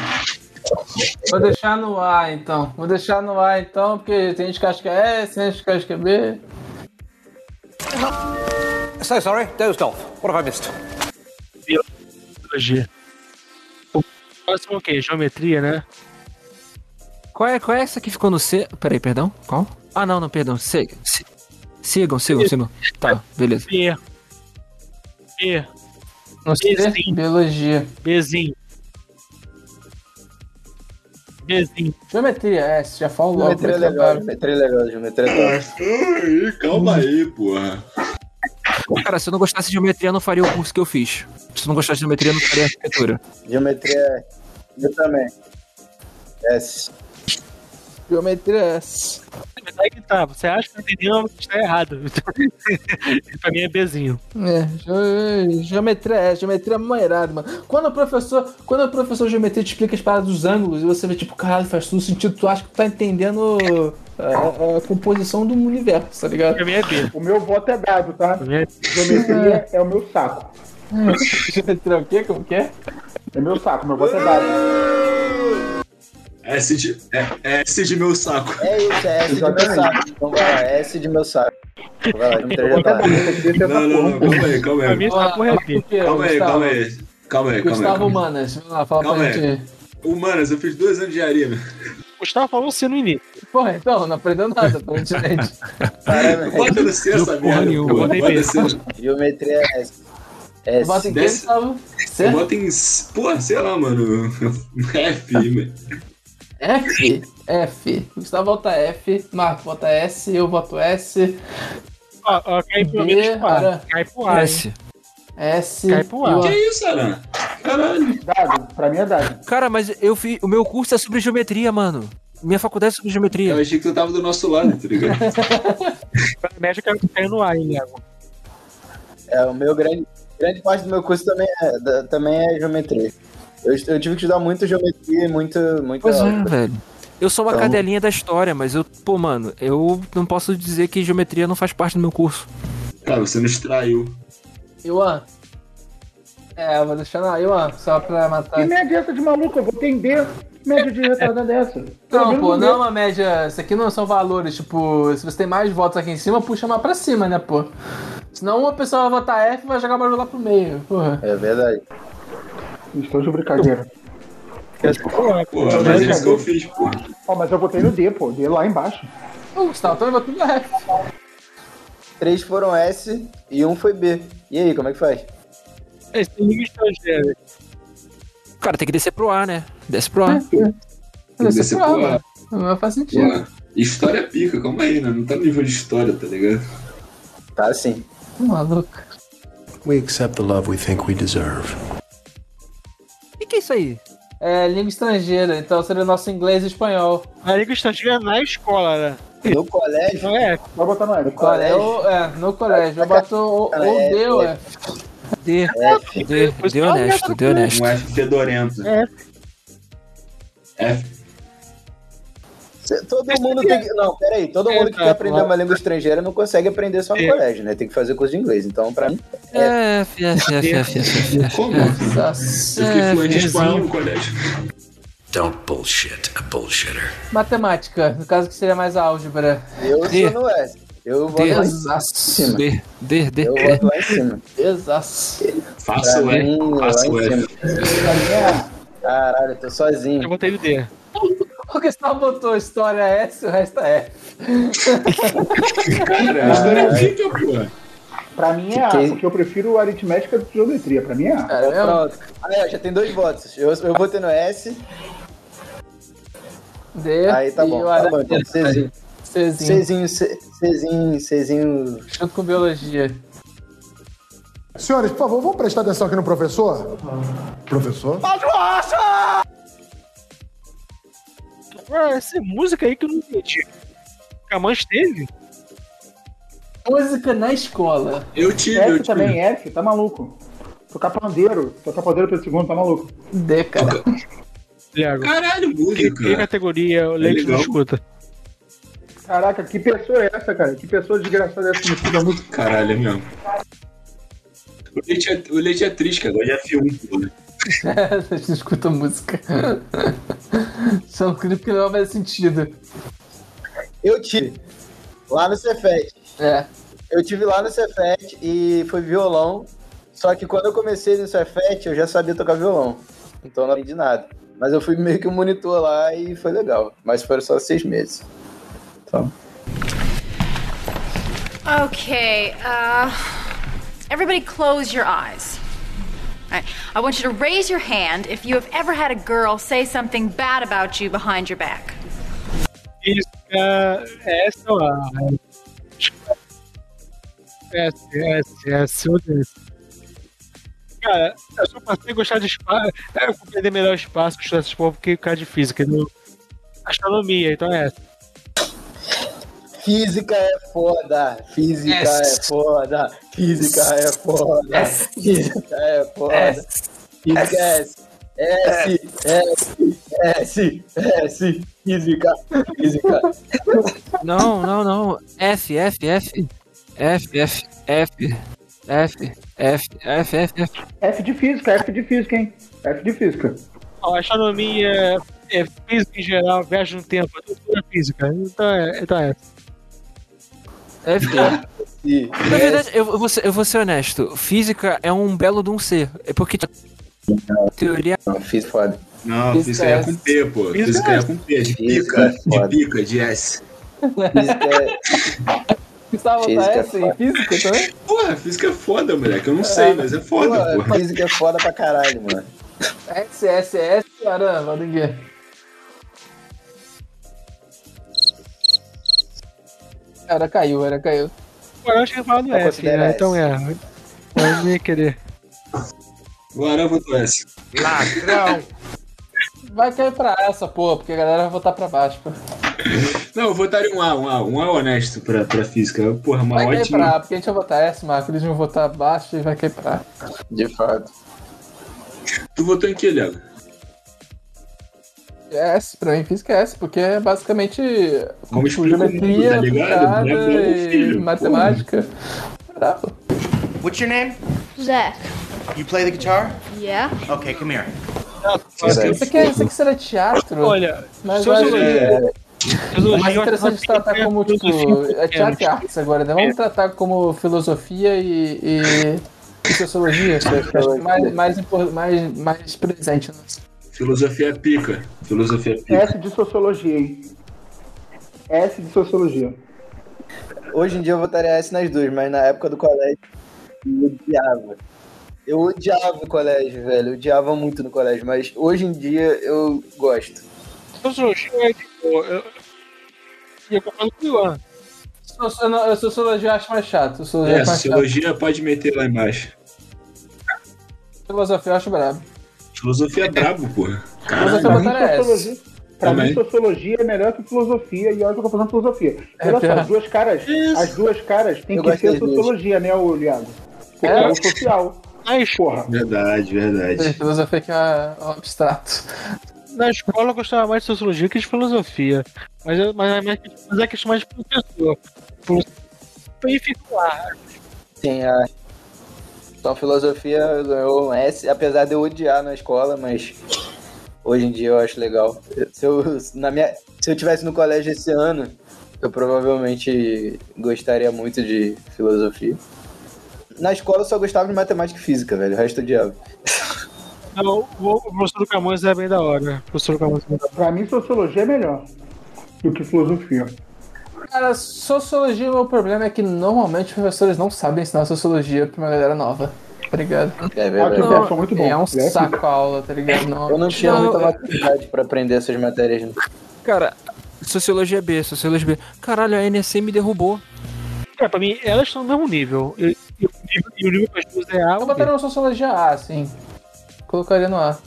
Speaker 2: Vou deixar no ar, então. Vou deixar no ar, então, porque tem gente que acha que é S, tem gente que acha que é B.
Speaker 12: So sorry, dozed off. What have I missed?
Speaker 7: Biologia. O próximo é o quê? Geometria, né?
Speaker 13: Qual é, qual é essa que ficou no C? Peraí, perdão? Qual? Ah, não, não, perdão. Se- se- sigam, sigam, sigam. Tá, beleza.
Speaker 7: B. B.
Speaker 2: Não sei. Biologia.
Speaker 7: Bzinho. Bzinho.
Speaker 2: Geometria, é, você já falou logo.
Speaker 5: Geometria é
Speaker 2: muito
Speaker 5: legal,
Speaker 2: trabalho.
Speaker 5: geometria é legal, geometria é
Speaker 3: legal. Calma aí, porra.
Speaker 13: Cara, se eu não gostasse de geometria, eu não faria o curso que eu fiz. Se eu não gostasse de geometria, eu não faria arquitetura.
Speaker 5: Geometria. é Eu também. S.
Speaker 2: Geometria é S.
Speaker 7: Aí que tá, você acha que eu entendi, mas você está errado. pra mim é Bzinho.
Speaker 2: É, ge- geometria é, geometria é maneirada, mano. Quando o professor, quando o professor de geometria te explica as paradas dos ângulos e você vê, tipo, caralho, faz tudo sentido, tu acha que tu tá entendendo é, a, a- a composição do universo, tá ligado?
Speaker 7: Pra mim é B.
Speaker 4: O meu voto é dado, tá? Geometria é o meu saco.
Speaker 2: Geometria é o quê? Como que é?
Speaker 4: É meu saco, meu voto é dado.
Speaker 3: S de, é, é S de meu saco.
Speaker 5: É isso, é S de meu saco. Vamos lá, é S de meu saco. Vai lá, geometria já tá.
Speaker 3: Não, não, não, calma aí, calma aí. Calma aí,
Speaker 2: Gustavo.
Speaker 3: calma aí. Calma aí, calma aí.
Speaker 2: Gustavo Manas, vamos lá, fala
Speaker 3: Calma
Speaker 2: pra gente.
Speaker 3: aí. Humanas, eu fiz dois anos de engenharia. meu.
Speaker 7: Gustavo falou C no início.
Speaker 2: Porra, então, não aprendeu nada, aparentemente.
Speaker 5: é
Speaker 3: Bota no C essa merda. porra. Bota C.
Speaker 5: Geometria é S. S.
Speaker 3: Bota em quem, Desce.
Speaker 2: é
Speaker 3: Eu boto em. s- Pô, sei lá, mano. F, meu.
Speaker 2: F, F. Gustavo vota F, Marco vota S, eu voto S.
Speaker 7: Ah, ah, cai pro
Speaker 2: B,
Speaker 7: menos quatro.
Speaker 2: Aran.
Speaker 7: Cai pro
Speaker 1: É,
Speaker 7: ar.
Speaker 13: S.
Speaker 2: S.
Speaker 7: Cai pro ar.
Speaker 2: e o
Speaker 7: Que
Speaker 3: isso, Aran? Caralho.
Speaker 4: Dado, pra mim é dado.
Speaker 13: Cara, mas eu fiz. O meu curso é sobre geometria, mano. Minha faculdade é sobre geometria.
Speaker 3: Eu achei que tu tava do nosso lado, tá ligado?
Speaker 7: Pra média caiu caiu no ar, hein, Iago?
Speaker 5: É, o meu grande, grande parte do meu curso também é, da- também é geometria. Eu, est- eu tive que estudar muito geometria e muito, muito
Speaker 13: Pois é,
Speaker 5: álgebra.
Speaker 13: velho. Eu sou uma
Speaker 5: Então-
Speaker 13: cadelinha da história, mas eu, pô, mano, eu não posso dizer que geometria não faz parte do meu curso.
Speaker 3: Cara, você nos traiu.
Speaker 2: Iwan. É, eu vou deixar na Iwan, só pra matar.
Speaker 4: Que média é essa de maluco? Eu vou ter em D. Que média de retardada é essa? Pelo
Speaker 2: Não,
Speaker 4: menos
Speaker 2: pô,
Speaker 4: um
Speaker 2: não é
Speaker 4: D.
Speaker 2: uma média. Isso aqui não são valores, tipo, se você tem mais votos aqui em cima, puxa mais pra cima, né, pô? Senão uma pessoa vai votar F e vai jogar o barulho lá pro meio, porra.
Speaker 5: É verdade.
Speaker 4: Estou de brincadeira.
Speaker 3: Pô, mas é isso que eu fiz, pô.
Speaker 4: Ó, mas eu botei no D, pô. D lá embaixo.
Speaker 2: Ô, Gustavo, então eu voto no F.
Speaker 5: Três foram S e um foi B. E aí, como é que faz?
Speaker 7: Esse tem língua estrangeira.
Speaker 13: Cara, tem que descer pro A, né? Desce pro A.
Speaker 3: Descer pro ar.
Speaker 2: Não faz sentido.
Speaker 3: Pô, história é pica, calma aí, né? Não tá no nível de história, tá ligado?
Speaker 5: Tá sim.
Speaker 2: Maluco.
Speaker 14: We accept the love we think we deserve.
Speaker 13: O que, que é isso aí?
Speaker 2: É língua estrangeira, então seria o nosso inglês e espanhol.
Speaker 7: A língua estrangeira é na escola, né?
Speaker 5: No colégio?
Speaker 7: Não é?
Speaker 4: Vai botar no F.
Speaker 2: Colégio. Eu, é, no colégio. Eu boto ou
Speaker 5: É,
Speaker 2: D ou F.
Speaker 13: D. D. D honesto, D honesto.
Speaker 3: Um F fedorento. F.
Speaker 5: Cê- Todo mundo tem que. Não, peraí. Todo mundo que quer aprender uma língua estrangeira não consegue aprender só no colégio, né? Tem que fazer curso de inglês. Então, pra mim.
Speaker 13: É, F, F, F, F, F, F.
Speaker 3: Como?
Speaker 2: Eu
Speaker 3: fiquei fluente em espanhol
Speaker 2: Fzinho.
Speaker 3: no colégio.
Speaker 14: Don't bullshit a bullshitter.
Speaker 2: Matemática, no caso que seria mais álgebra.
Speaker 5: Eu
Speaker 13: D.
Speaker 5: sou no S. Eu voto lá em
Speaker 2: Exaço.
Speaker 5: cima.
Speaker 13: D, D, D.
Speaker 5: Eu voto lá em cima.
Speaker 2: Exaço.
Speaker 3: Faça o
Speaker 5: Pra
Speaker 3: F.
Speaker 5: mim,
Speaker 3: Faça
Speaker 5: lá
Speaker 3: o
Speaker 5: em
Speaker 3: F.
Speaker 5: Caralho, eu tô sozinho.
Speaker 7: Eu botei no D.
Speaker 2: O Gustavo botou história S, o resto é F.
Speaker 3: Cara, a história é pica, pô.
Speaker 4: Pra mim é A,
Speaker 5: Fiquei-
Speaker 4: porque eu prefiro aritmética do que geometria. Pra mim é A.
Speaker 2: Cara, eu-
Speaker 5: Tá Pronto. Aí, ó, já tem dois votos. Eu, eu votei no S.
Speaker 2: D.
Speaker 5: Aí tá
Speaker 2: e
Speaker 5: bom.
Speaker 2: o assim.
Speaker 5: Tá bom,
Speaker 2: Aran-
Speaker 5: então Czinho.
Speaker 2: Czinho.
Speaker 5: Czinho, C- Czinho, Czinho.
Speaker 2: Junto com biologia.
Speaker 15: Senhores, por favor, vamos prestar atenção aqui no professor? Professor?
Speaker 7: Ué, essa música aí que eu não entendi. Camões teve?
Speaker 2: Música na escola.
Speaker 3: Eu tive,
Speaker 4: F
Speaker 3: eu tive.
Speaker 4: também, é. F. Tá maluco. Tocar pandeiro. Tocar pandeiro pelo segundo, tá maluco.
Speaker 2: D, cara.
Speaker 7: Iago.
Speaker 3: Caralho,
Speaker 7: música. Que, que categoria o Leite não escuta?
Speaker 4: Caraca, que pessoa é essa, cara? Que pessoa desgraçada é essa que não escuta música?
Speaker 3: Caralho, é mesmo. O Leite é, o Leite é triste, cara. Hoje é filme, pô.
Speaker 2: É, a gente escuta música. Só um clipe que não faz sentido.
Speaker 5: Eu tive lá no Cefet.
Speaker 2: É.
Speaker 5: Eu tive lá no Cefet e foi violão. Só que quando eu comecei no Cefet, eu já sabia tocar violão. Então não aprendi nada. Mas eu fui meio que um monitor lá e foi legal. Mas foram só seis meses. Então.
Speaker 8: Okay, uh, everybody close your eyes. All right. I want you to raise your hand if you have ever had a girl say something bad about you behind your back.
Speaker 7: Isso é, é essa ou a. Essa, essa, essa, ou essa. é, Cara, eu só passei a gostar de espaço. Eu compreender melhor o espaço, gostar desse povo que cara de física. No... Astronomia, então é essa.
Speaker 5: Física é foda, física é foda, física é foda, física é foda, física é S, S,
Speaker 16: É.
Speaker 5: S, S, S, física, física.
Speaker 13: Não, não, não. F, F, F. F, F, F. F, F, F, F, F.
Speaker 4: F de física, F de física, hein? F de física.
Speaker 7: Ó, astronomia é física em geral, viagem no tempo, é tudo física. Então é, então é essa.
Speaker 13: É, é. Na verdade, eu vou, ser, eu vou ser honesto. Física é um belo de um ser. É porque. Teoria.
Speaker 5: Não, fiz foda.
Speaker 3: Não, física, é com P, pô. Física, é com P, de
Speaker 5: Física
Speaker 3: pica,
Speaker 5: é foda.
Speaker 3: de pica, de S.
Speaker 5: Física é.
Speaker 2: Gustavo, tá
Speaker 5: Física é
Speaker 2: essa em
Speaker 5: foda.
Speaker 2: física tá também?
Speaker 3: Porra, física é foda, moleque. Eu não sei, mas é foda,
Speaker 5: Pô,
Speaker 3: porra.
Speaker 5: Física é foda pra caralho, mano.
Speaker 2: S, S, S, caramba, ninguém. Era caiu, era caiu.
Speaker 7: Pô, eu acho que eu falo do
Speaker 5: Eu
Speaker 7: F,
Speaker 5: considero
Speaker 7: né?
Speaker 5: essa.
Speaker 7: Então é. Eu nem ia querer.
Speaker 3: O Arão votou S.
Speaker 16: Ladrão!
Speaker 2: Vai cair pra essa, porra, porque a galera vai votar pra baixo, pô.
Speaker 3: Não, eu votaria um A, um A. Um A honesto pra, pra física. Porra, uma
Speaker 2: Vai cair pra
Speaker 3: ótima.
Speaker 2: A, porque a gente vai votar S, Marco. Eles vão votar baixo e vai cair pra A.
Speaker 5: De fato.
Speaker 3: Tu votou em que, Léo?
Speaker 2: É S, pra mim física é S, porque é basicamente
Speaker 3: Como explica o mundo,
Speaker 2: Tipo, geometria,
Speaker 3: tá ligado?
Speaker 2: aplicada
Speaker 3: Não é bom,
Speaker 2: e
Speaker 3: filho,
Speaker 2: matemática.
Speaker 16: What's your name?
Speaker 8: Zach.
Speaker 16: You play the guitar?
Speaker 8: Yeah?
Speaker 16: Okay, come here.
Speaker 2: Isso aqui, é- isso aqui será teatro.
Speaker 7: Olha,
Speaker 2: mas
Speaker 7: seu
Speaker 2: eu acho que
Speaker 7: zoologia-
Speaker 3: É,
Speaker 2: o mais
Speaker 7: zoologia,
Speaker 2: interessante de tratar como tipo, é teatro e artes agora, né? Vamos tratar como filosofia e, e, e sociologia. que eu acho que é mais, mais, impor- mais, mais presente. né?
Speaker 3: Filosofia é pica. Filosofia é pica.
Speaker 4: S de sociologia, hein? S de sociologia.
Speaker 5: Hoje em dia eu votaria S nas duas, mas na época do colégio eu odiava. Eu odiava o colégio, velho. Eu odiava muito no colégio, mas hoje em dia eu gosto.
Speaker 7: Sociologia é tipo. Eu, eu concordo com o Ian.
Speaker 2: Soci- não, eu sociologia eu acho mais chato. Sociologia eu
Speaker 3: É,
Speaker 2: acho mais
Speaker 3: sociologia pode meter lá embaixo.
Speaker 2: chato. Filosofia eu acho brabo.
Speaker 3: Filosofia é brabo, porra.
Speaker 2: Filosofia
Speaker 4: Pra mim,
Speaker 2: botar é S.
Speaker 4: sociologia, pra mim,
Speaker 3: Também.
Speaker 4: sociologia é melhor que filosofia, e olha que eu tô falando filosofia.
Speaker 2: É
Speaker 4: olha só,
Speaker 2: pior.
Speaker 4: as duas caras, as duas caras têm
Speaker 5: Eu
Speaker 4: que
Speaker 5: gosto
Speaker 4: ser
Speaker 5: das duas.
Speaker 4: sociologia, né, ô Liago? Porque
Speaker 2: É.
Speaker 4: é o social.
Speaker 7: Mas,
Speaker 4: Porra.
Speaker 3: Verdade, verdade.
Speaker 2: Filosofia que é um abstrato.
Speaker 7: na escola eu gostava mais de sociologia que de filosofia. Mas, eu- mas, mas, mas é questão mais de professor. E fico lá.
Speaker 5: Sim, a... Então filosofia ganhou um S, apesar de eu odiar na escola, mas hoje em dia eu acho legal. Se eu, na minha, se eu tivesse no colégio esse ano, eu provavelmente gostaria muito de filosofia. Na escola eu só gostava de matemática e física, velho. O resto eu odiava.
Speaker 7: Não, Então, o, o professor do Camões é bem da hora. O professor do Camões é bem da hora.
Speaker 4: Pra mim, sociologia é melhor do que filosofia.
Speaker 2: Cara, sociologia, o meu problema é que normalmente os professores não sabem ensinar sociologia pra uma galera nova. Tá ligado?
Speaker 5: É
Speaker 4: Aqui o
Speaker 5: verdade.
Speaker 4: Beto é muito bom.
Speaker 2: É um
Speaker 4: Beto,
Speaker 2: saco a aula, tá ligado?
Speaker 5: Eu não tinha
Speaker 13: Não,
Speaker 5: muita
Speaker 13: eu-
Speaker 5: maturidade pra aprender essas matérias. né?
Speaker 13: Cara, sociologia B, sociologia B. Caralho, a NSC me derrubou.
Speaker 7: Cara, É, pra mim, elas estão no mesmo nível. E, e o nível- e o nível para as duas é A.
Speaker 2: Eu
Speaker 7: ou B.
Speaker 2: botaria uma sociologia A, assim. Colocaria no A.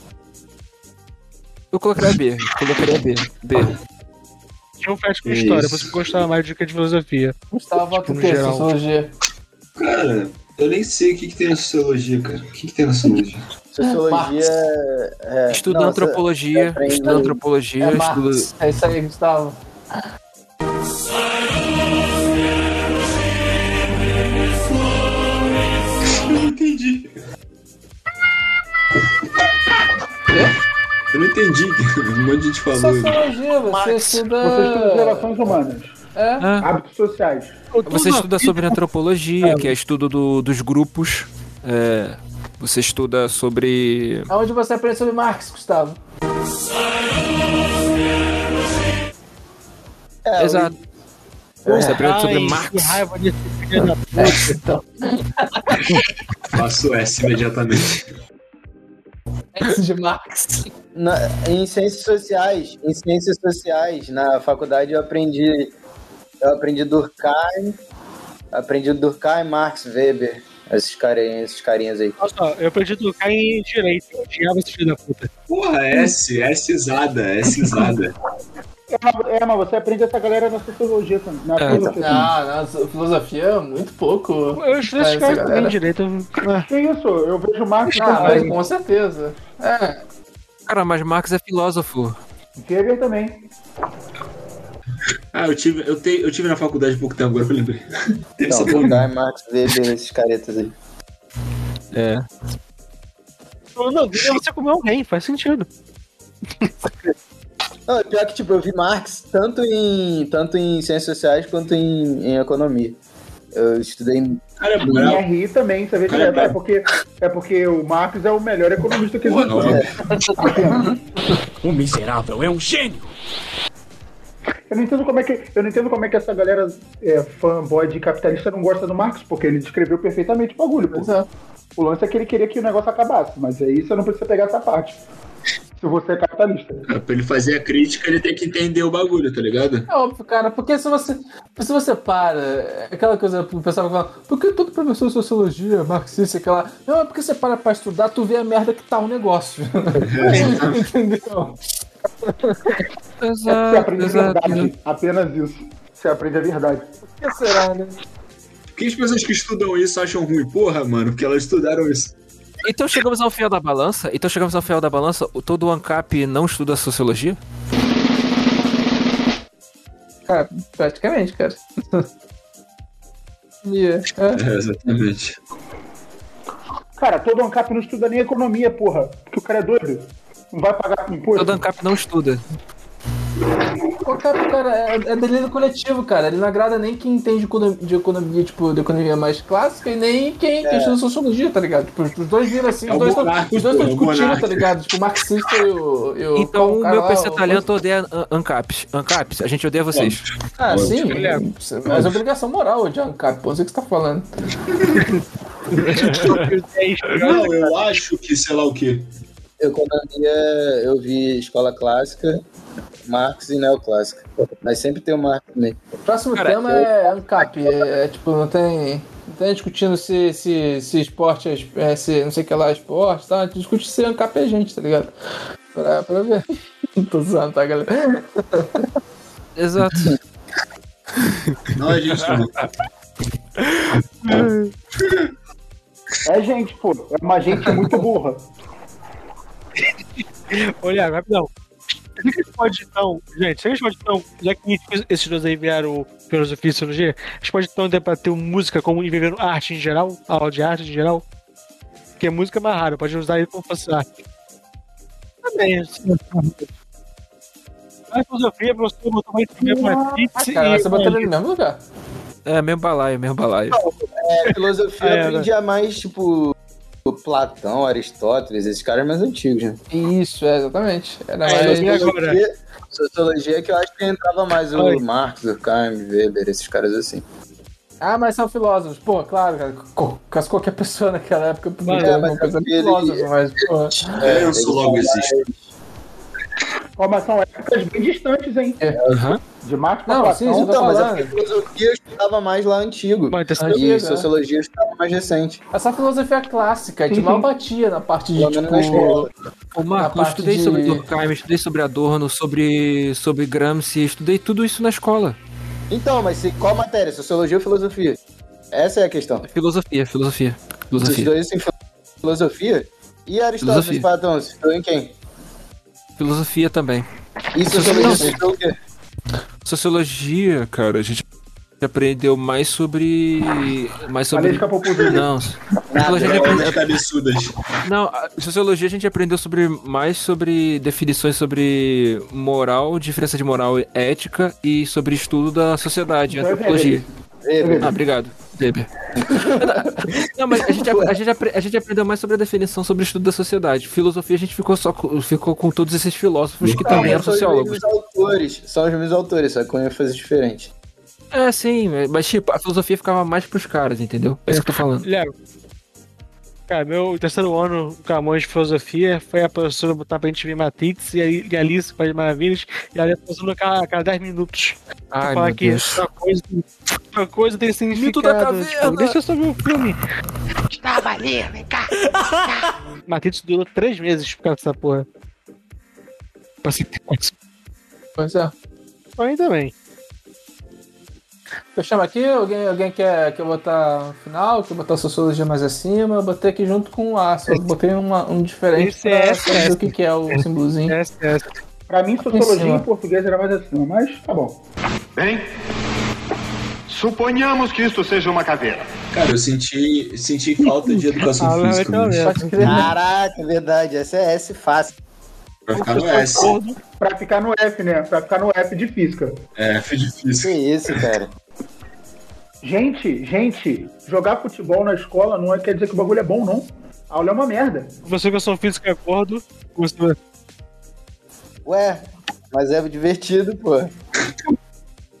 Speaker 13: Eu colocaria B. Colocaria B. B.
Speaker 7: Tinha um fast com
Speaker 3: Isso.
Speaker 7: história, por isso que eu gostava mais do que de filosofia.
Speaker 2: Gustavo, vota o
Speaker 7: no
Speaker 2: quê?
Speaker 7: geral.
Speaker 2: Sociologia.
Speaker 3: Cara, eu nem sei o que, que tem na sociologia, cara. O que, que tem na sociologia?
Speaker 5: Sociologia. é,
Speaker 13: Estuda
Speaker 5: não,
Speaker 13: antropologia,
Speaker 5: aprende-
Speaker 13: estuda antropologia,
Speaker 2: É, Marx.
Speaker 13: estuda...
Speaker 2: é isso aí, Gustavo.
Speaker 3: Eu não entendi. É? Eu não entendi. Um monte de gente falou.
Speaker 2: Sociologia, você estuda.
Speaker 4: Você estuda gerações humanas.
Speaker 2: Ah. É.
Speaker 5: Ah.
Speaker 4: Hábitos sociais.
Speaker 13: Você estuda sobre antropologia, que é estudo do- dos grupos. é, você estuda sobre.
Speaker 2: Aonde você aprende sobre Marx, Gustavo?
Speaker 5: é,
Speaker 13: Exato.
Speaker 1: é
Speaker 13: Você aprende sobre Marx.
Speaker 3: Faço S imediatamente.
Speaker 2: de Marx.
Speaker 5: Na- em ciências sociais, em ciências sociais, na faculdade eu aprendi, eu aprendi Durkheim, aprendi Durkheim, Marx, Weber, esses carinhas, esses carinhas aí.
Speaker 7: Olha só, eu aprendi a tocar em direito. Eu odiava esse filho da puta.
Speaker 3: Porra, S, S isada, S isada.
Speaker 4: É, mas- É, mas você aprende essa galera na sociologia também. Na
Speaker 5: É.
Speaker 4: filosofia
Speaker 2: Ah, nossa, filosofia é muito pouco. pra
Speaker 7: Eu estudei esse
Speaker 2: essa
Speaker 7: cara também
Speaker 2: galera.
Speaker 7: em direito. eu-
Speaker 4: Que isso? Eu vejo o Marx
Speaker 2: Ah,
Speaker 4: também.
Speaker 2: mas com certeza. É.
Speaker 13: Cara, mas Marx é filósofo.
Speaker 4: Weber também.
Speaker 3: Ah, eu tive, eu, te, eu tive na faculdade há pouco tempo, agora que eu lembrei. Deve
Speaker 5: Não,
Speaker 3: ser é bom.
Speaker 5: Durkheim, Marx, Weber, esses caretas aí.
Speaker 13: É.
Speaker 7: Eu Não, devia você comer alguém, faz sentido.
Speaker 5: Não, pior que tipo, eu vi Marx tanto em, tanto em ciências sociais quanto em, em economia. Eu estudei em
Speaker 3: Cara, é
Speaker 4: E RI também, você vê que
Speaker 5: Cara,
Speaker 4: é,
Speaker 5: tá.
Speaker 4: é porque, é porque o Marx é o melhor economista que existe.
Speaker 3: é
Speaker 5: é
Speaker 17: O miserável é um gênio!
Speaker 4: Eu não entendo como é que, eu não entendo como é que essa galera é, fanboy de capitalista não gosta do Marx, porque ele descreveu perfeitamente o bagulho. pô. O lance é que ele queria que o negócio acabasse, mas aí você não precisa pegar essa parte. Se você é capitalista.
Speaker 3: É, Pra ele fazer a crítica, ele tem que entender o bagulho, tá ligado?
Speaker 2: É óbvio, cara, porque se você, se você para, é aquela coisa que o pessoal fala, por que todo professor de sociologia, marxista, aquela. Não, é porque você para pra estudar, tu vê a merda que tá o negócio. Entendeu?
Speaker 4: É, você aprende a
Speaker 5: né?
Speaker 4: verdade, apenas isso. Você aprende a verdade.
Speaker 2: O que será, né?
Speaker 3: Por que as pessoas que estudam isso acham ruim? Porra, mano, porque elas estudaram isso.
Speaker 13: Então chegamos ao fiel da balança. Então chegamos ao fiel da balança. O- Todo o ANCAP não estuda sociologia?
Speaker 2: Cara, praticamente, cara. Yeah.
Speaker 3: É, exatamente.
Speaker 4: Cara, todo ANCAP não estuda nem economia, porra. Porque o cara é doido. Não vai pagar imposto.
Speaker 13: Todo ANCAP não estuda.
Speaker 2: Pô, cara, cara, é, é delírio coletivo, cara. Ele não agrada nem quem entende econo- de economia, tipo, de economia mais clássica e nem quem, quem
Speaker 3: É.
Speaker 2: estuda sociologia, tá ligado? Tipo, os dois viram assim,
Speaker 13: É o
Speaker 2: os dois tão-
Speaker 13: monarca,
Speaker 2: os dois
Speaker 13: pô,
Speaker 2: estão
Speaker 13: é o
Speaker 2: discutindo,
Speaker 13: monarca.
Speaker 2: tá ligado? Tipo, o marxista e o. e o-
Speaker 13: Então o
Speaker 2: cara
Speaker 13: meu
Speaker 2: lá,
Speaker 13: PC
Speaker 2: o-
Speaker 13: talento odeia an- ANCAPs. ANCAPs, a gente odeia vocês.
Speaker 2: Ah, sim, mas é obrigação moral, o John Cap, pô, não sei o que você tá falando.
Speaker 7: né,
Speaker 3: Não, eu acho que sei lá o quê.
Speaker 5: Economia, eu vi escola clássica, Marx e neoclássica. Mas sempre tem o Marx também.
Speaker 2: Próximo tema é ANCAP. É, é, tipo, não tem. Não tem discutindo se, se, se esporte é, es- é, se não sei o que lá é esporte, tá? A gente discute se ANCAP é gente, tá ligado? Pra, pra ver. Tô zoando, tá, galera?
Speaker 13: Exato.
Speaker 3: Não é gente, não.
Speaker 5: um
Speaker 4: É gente, pô. É uma gente muito burra.
Speaker 7: Olha, "Ah, rapidão. Será que a gente pode, então, gente, será que a gente pode, então, já que esses dois aí vieram filosofia e sociologia, a gente pode, então, debater música como vivendo arte em geral, a aula de arte em geral? Porque música é mais rara, pode usar ele como fosse arte. Também, sim. Mas filosofia, professor, botou mais primeiro
Speaker 2: Ah,
Speaker 7: uma tríplice
Speaker 2: cara,
Speaker 7: e-
Speaker 2: você botou ele no mesmo lugar.
Speaker 13: É, mesmo balaio, mesmo balaio.
Speaker 5: É, filosofia
Speaker 13: Ah, é,
Speaker 5: eu aprendi a mais, tipo, o Platão, Aristóteles, esses caras mais antigos, né?
Speaker 2: Isso, é, exatamente. Era mais-
Speaker 5: sociologia, sociologia que eu acho que entrava mais o
Speaker 2: Oi.
Speaker 5: Marx, Durkheim, Weber, esses caras assim.
Speaker 2: Ah, mas são filósofos. Pô, claro, cara. co- Quase qualquer pessoa naquela época podia
Speaker 5: Mas-
Speaker 2: ser
Speaker 5: é,
Speaker 2: uma
Speaker 5: mas
Speaker 2: coisa
Speaker 5: aquele-
Speaker 2: filósofa, mas, pô.
Speaker 5: É, Lenço ele- logo existe.
Speaker 4: Ó, mas são épocas bem distantes, hein? De Marx pra
Speaker 5: É, Não,
Speaker 4: Platão.
Speaker 5: sim, então, mas a filosofia eu estudava mais lá antigo.
Speaker 2: antigo, né?
Speaker 5: e sociologia eu estudava mais recente.
Speaker 2: Essa é filosofia clássica é de
Speaker 5: Uhum.
Speaker 2: malpatia na parte de,
Speaker 5: Pelo menos
Speaker 2: tipo...
Speaker 5: na escola.
Speaker 13: Ô, Marco,
Speaker 2: Na
Speaker 13: eu
Speaker 2: parte
Speaker 13: estudei
Speaker 2: de-
Speaker 13: sobre Durkheim, estudei sobre Adorno, sobre, sobre Gramsci, estudei tudo isso na escola.
Speaker 5: Então, mas se- qual matéria? Sociologia ou filosofia? Essa é a questão.
Speaker 13: Filosofia, filosofia.
Speaker 5: Você
Speaker 13: filosofia.
Speaker 5: estudou isso em filosofia? E Aristóteles
Speaker 13: Filosofia.
Speaker 5: Platão, se ficou em quem?
Speaker 13: Filosofia também.
Speaker 5: E
Speaker 13: Não,
Speaker 5: sociologia, se ficou em quê?
Speaker 13: Sociologia, cara, a gente aprendeu mais sobre. Mais sobre.
Speaker 4: Valesca Popozuda.
Speaker 13: Não. Sociologia a gente
Speaker 2: É
Speaker 3: É
Speaker 13: aprendeu-
Speaker 3: tá
Speaker 13: Não, a sociologia a gente aprendeu sobre mais sobre definições sobre moral, diferença de moral e ética e sobre estudo da sociedade, e
Speaker 1: Então é
Speaker 13: antropologia.
Speaker 1: Weber.
Speaker 13: Ah, obrigado. Weber. Não, mas a gente, a, gente, apre- a gente aprendeu mais sobre a definição sobre o estudo da sociedade. Filosofia a gente ficou só com, ficou com todos esses filósofos que
Speaker 2: É,
Speaker 13: também eram
Speaker 5: são os
Speaker 13: sociólogos.
Speaker 5: mesmos autores, são os mesmos autores, só que com ênfase diferente.
Speaker 13: É, sim, mas tipo, a filosofia ficava mais pros caras, entendeu? É isso que eu tô falando.
Speaker 7: Léo. Cara, meu terceiro ano com a mãe de filosofia foi a professora botar pra gente ver Matrix e, aí- e Alice faz maravilhas e ali a professora a cada, a cada 10 minutos.
Speaker 13: Ai,
Speaker 7: pra
Speaker 13: meu Deus.
Speaker 7: Uma coisa, uma coisa tem significado. tipo, deixa eu só ver o filme.
Speaker 10: Estava ali, vem cá.
Speaker 7: Matrix durou 3 meses por causa dessa porra. Pra se ter
Speaker 2: Pois é.
Speaker 7: Ainda bem.
Speaker 2: Eu chamo aqui, alguém, alguém quer, quer botar final, quer botar sociologia mais acima, eu botei aqui junto com o A, só botei uma- um diferente
Speaker 4: Esse
Speaker 2: pra,
Speaker 4: é
Speaker 2: pra ver o que, que é o símbolozinho.
Speaker 7: é
Speaker 4: Pra mim,
Speaker 2: Em
Speaker 4: sociologia
Speaker 2: cima.
Speaker 4: em português era mais acima, mas tá bom.
Speaker 18: Bem, suponhamos que isto seja uma caveira.
Speaker 3: Cara, eu senti, senti falta de educação física.
Speaker 7: então,
Speaker 13: né?
Speaker 3: mano.
Speaker 5: Caraca, é verdade, essa é S fácil.
Speaker 3: Vai ficar no S.
Speaker 4: Pra ficar no F, né? Pra ficar no F de física.
Speaker 3: É, foi difícil.
Speaker 5: Que isso, cara.
Speaker 4: Gente, gente, jogar futebol na escola não é, quer dizer que o bagulho é bom, não. A aula é uma merda.
Speaker 7: Você que eu sou físico é gordo, custa.
Speaker 5: Ué, mas é divertido, pô.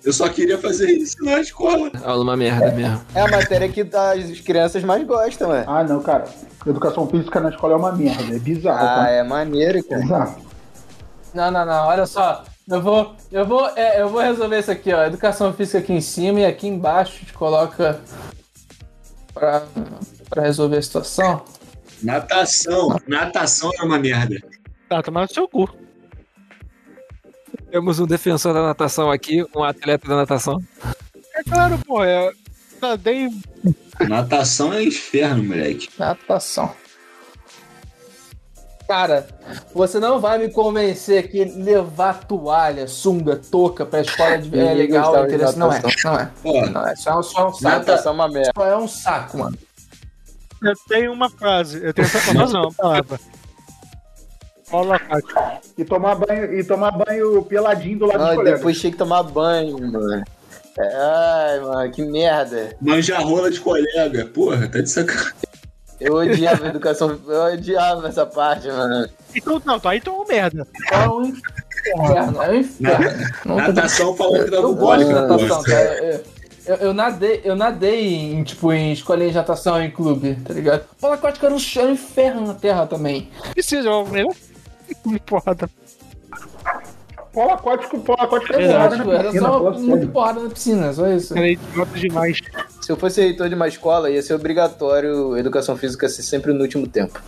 Speaker 3: Eu só queria fazer isso na escola.
Speaker 13: Aula uma merda mesmo.
Speaker 5: É a matéria que as crianças mais gostam, ué.
Speaker 4: Ah, não, cara. Educação física na escola é uma merda. É bizarro.
Speaker 5: Ah,
Speaker 4: tá?
Speaker 5: é maneiro, cara.
Speaker 4: Bizarro.
Speaker 2: Não, não, não, olha só. Eu vou, eu vou, é, eu vou resolver isso aqui, ó. Educação física aqui em cima e aqui embaixo a gente coloca pra, pra resolver a situação.
Speaker 3: Natação. Natação era uma merda.
Speaker 7: Tá, tomar no seu cu.
Speaker 13: Temos um defensor da natação aqui, um atleta da natação.
Speaker 7: É claro, pô, é. Nadei.
Speaker 3: Natação é inferno, moleque.
Speaker 2: Natação. Cara, você não vai me convencer que levar toalha, sunga, touca pra escola de- é
Speaker 5: Ninguém
Speaker 2: legal,
Speaker 5: gostava
Speaker 2: é
Speaker 5: de
Speaker 2: interessante. Não é,
Speaker 5: natação.
Speaker 2: não é. Não é, só, só é um saco.
Speaker 5: Natação é uma merda.
Speaker 2: Só é um saco, mano.
Speaker 7: Eu tenho uma frase. Eu tenho só uma frase, não, tá, uma palavra. Colocar.
Speaker 4: E tomar banho, e tomar banho peladinho do lado dos
Speaker 5: Não,
Speaker 4: colegas.
Speaker 5: Ah, depois tinha que tomar banho, mano. É, Ai, mano, que merda.
Speaker 3: Manjar rola de colega. Porra, tá de sacanagem.
Speaker 5: Eu odiava a educação, eu odiava essa parte, mano.
Speaker 7: Então, não, tá aí então é um merda.
Speaker 2: É um inferno, é um inferno.
Speaker 3: Natação falou que dava
Speaker 2: Eu gosto de
Speaker 3: gole,
Speaker 2: natação, cara. Eu, eu- eu nadei, eu nadei em, tipo, em escolinha de natação em clube, tá ligado? Bola aquática era um ch- era um inferno na terra também.
Speaker 7: Precisa, é ó, melhor. Porrada.
Speaker 4: Polo aquático, polo aquático é
Speaker 2: Era
Speaker 4: porrada
Speaker 2: só
Speaker 4: na piscina, pô,
Speaker 2: muito
Speaker 4: sério.
Speaker 2: porrada na piscina, só isso.
Speaker 7: Era idiota demais.
Speaker 5: Se eu fosse reitor de uma escola, ia ser obrigatório educação física ser sempre no último tempo.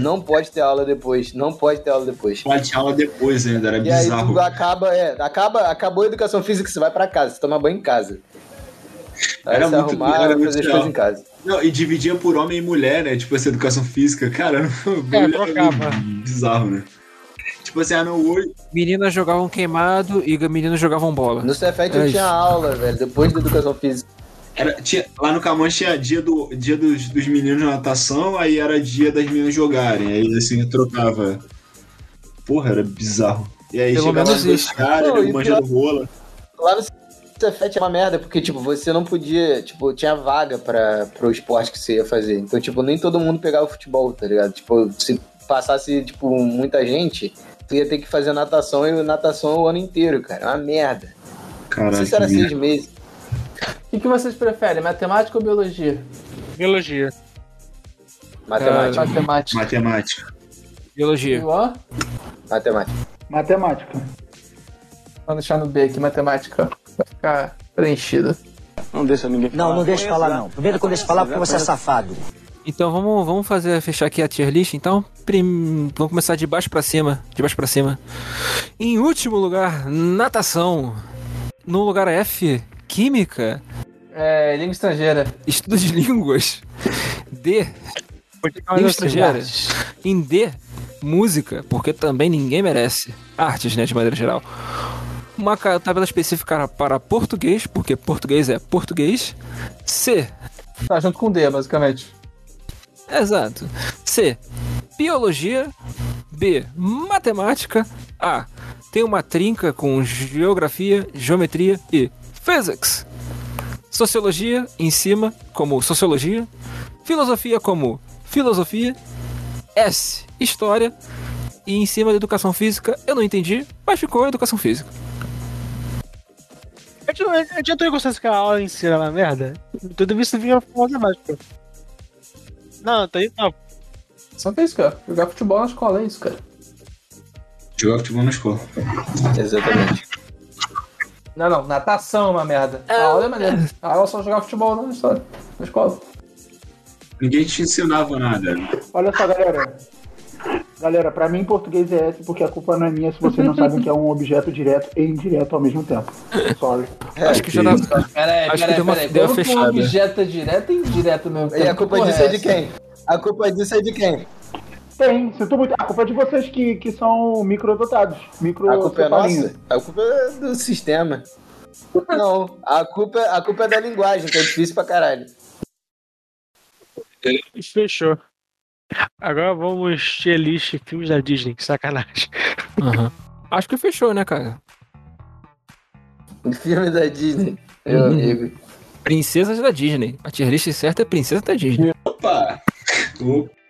Speaker 5: Não pode ter aula depois, não pode ter aula depois.
Speaker 3: Pode ter aula depois ainda, era
Speaker 5: E aí
Speaker 3: é bizarro.
Speaker 5: tu acaba, é, acaba, acabou a educação física, você vai pra casa, você toma banho em casa. Aí
Speaker 3: Era
Speaker 5: se
Speaker 3: muito,
Speaker 5: arrumar,
Speaker 3: era
Speaker 5: fazer
Speaker 3: muito
Speaker 5: as
Speaker 3: legal.
Speaker 5: coisas em casa.
Speaker 3: Não, e dividia por homem e mulher, né? Tipo assim, educação física, cara,
Speaker 7: É,
Speaker 3: era
Speaker 7: trocava.
Speaker 3: bizarro, né? Tipo assim, ah, não, hoje.
Speaker 13: Meninas jogavam um queimado e meninos jogavam bola.
Speaker 5: No Cefet eu
Speaker 13: É
Speaker 5: tinha
Speaker 13: isso.
Speaker 5: aula, velho, depois da educação física.
Speaker 3: Era, tinha, lá no Camões tinha dia, do, dia dos, dos meninos na natação, aí era dia das meninas jogarem. Aí assim, trocava. Porra, era bizarro. E aí
Speaker 5: Pelo
Speaker 3: chegava
Speaker 5: menos
Speaker 3: os dois
Speaker 5: isso.
Speaker 3: caras,
Speaker 5: Não, e
Speaker 3: manjando
Speaker 5: pior-
Speaker 3: rola.
Speaker 5: Lá no Cefet é uma merda, porque, tipo, você não podia, tipo, tinha vaga pra, pro esporte que você ia fazer. Então, tipo, nem todo mundo pegava futebol, tá ligado? Tipo, se passasse, tipo, muita gente, tu ia ter que fazer natação e natação o ano inteiro, cara. É uma merda. Não sei se era assim, seis meses.
Speaker 2: O que, que vocês preferem, matemática ou biologia?
Speaker 7: Biologia.
Speaker 5: Matemática.
Speaker 2: Cara, matemática.
Speaker 3: Matemática.
Speaker 13: Biologia.
Speaker 2: Ó,
Speaker 5: Matemática.
Speaker 4: Matemática.
Speaker 2: Vou deixar no B aqui, matemática. Vai ficar preenchida.
Speaker 13: Não deixa ninguém
Speaker 2: falar. Não, não deixa falar, não.
Speaker 13: Primeiro quando deixa
Speaker 2: falar, porque você é
Speaker 13: safado. Então vamos, vamos fazer fechar aqui a tier list, então. Prim- Vamos começar de baixo pra cima, de baixo pra cima. Em último lugar, natação. No lugar F, química.
Speaker 2: É, língua estrangeira.
Speaker 13: Estudo de línguas. D.
Speaker 7: Língua
Speaker 13: Língua estrangeira.
Speaker 1: Em D, música, porque também ninguém merece. Artes, né, de maneira geral. Uma ca- tabela específica para português, porque português é português. C.
Speaker 2: Tá junto com D, basicamente.
Speaker 1: Exato. C. Biologia. B. Matemática. A. Tem uma trinca com geografia, geometria e physics. Sociologia em cima, como sociologia. Filosofia, como filosofia. S. História. E em cima da educação física, eu não entendi, mas ficou educação física.
Speaker 7: A gente, não- a gente entrou em consciência que a aula ensina uma merda. Tudo isso vinha fazer mágica. Não, tá aí. Não.
Speaker 2: Só que é isso, cara. Jogar futebol na escola, é isso, cara.
Speaker 3: Jogar futebol na escola.
Speaker 5: Exatamente.
Speaker 2: Não, não, natação é uma merda. A aula é maneira. A aula é só jogar futebol na história. Na escola.
Speaker 3: Ninguém te ensinava nada.
Speaker 4: Olha só, galera. Galera, pra mim português é S porque a culpa não é minha se vocês não sabem que é um objeto direto e indireto ao mesmo tempo. Sorry.
Speaker 1: Acho que já dá.
Speaker 2: Peraí,
Speaker 1: Acho que
Speaker 2: peraí,
Speaker 1: deu uma-
Speaker 2: peraí.
Speaker 1: deu uma
Speaker 2: Quando um
Speaker 1: fechada.
Speaker 2: objeto é direto e indireto mesmo. tipo
Speaker 5: E a culpa disso é de quem? A culpa disso é de quem?
Speaker 4: Tem, sinto muito. A culpa é de vocês que, que são microdotados. Micro
Speaker 5: A culpa é
Speaker 4: cefalinhos.
Speaker 5: nossa? A culpa é do sistema. Não, a culpa, a culpa é da linguagem, que é difícil pra caralho.
Speaker 7: Fechou. Agora vamos tier list filmes da Disney, que sacanagem.
Speaker 1: Acho que fechou, né, cara?
Speaker 5: Filme da Disney, meu amigo.
Speaker 1: Princesas da Disney. A tier list certa é Princesa da Disney.
Speaker 3: Opa! Opa!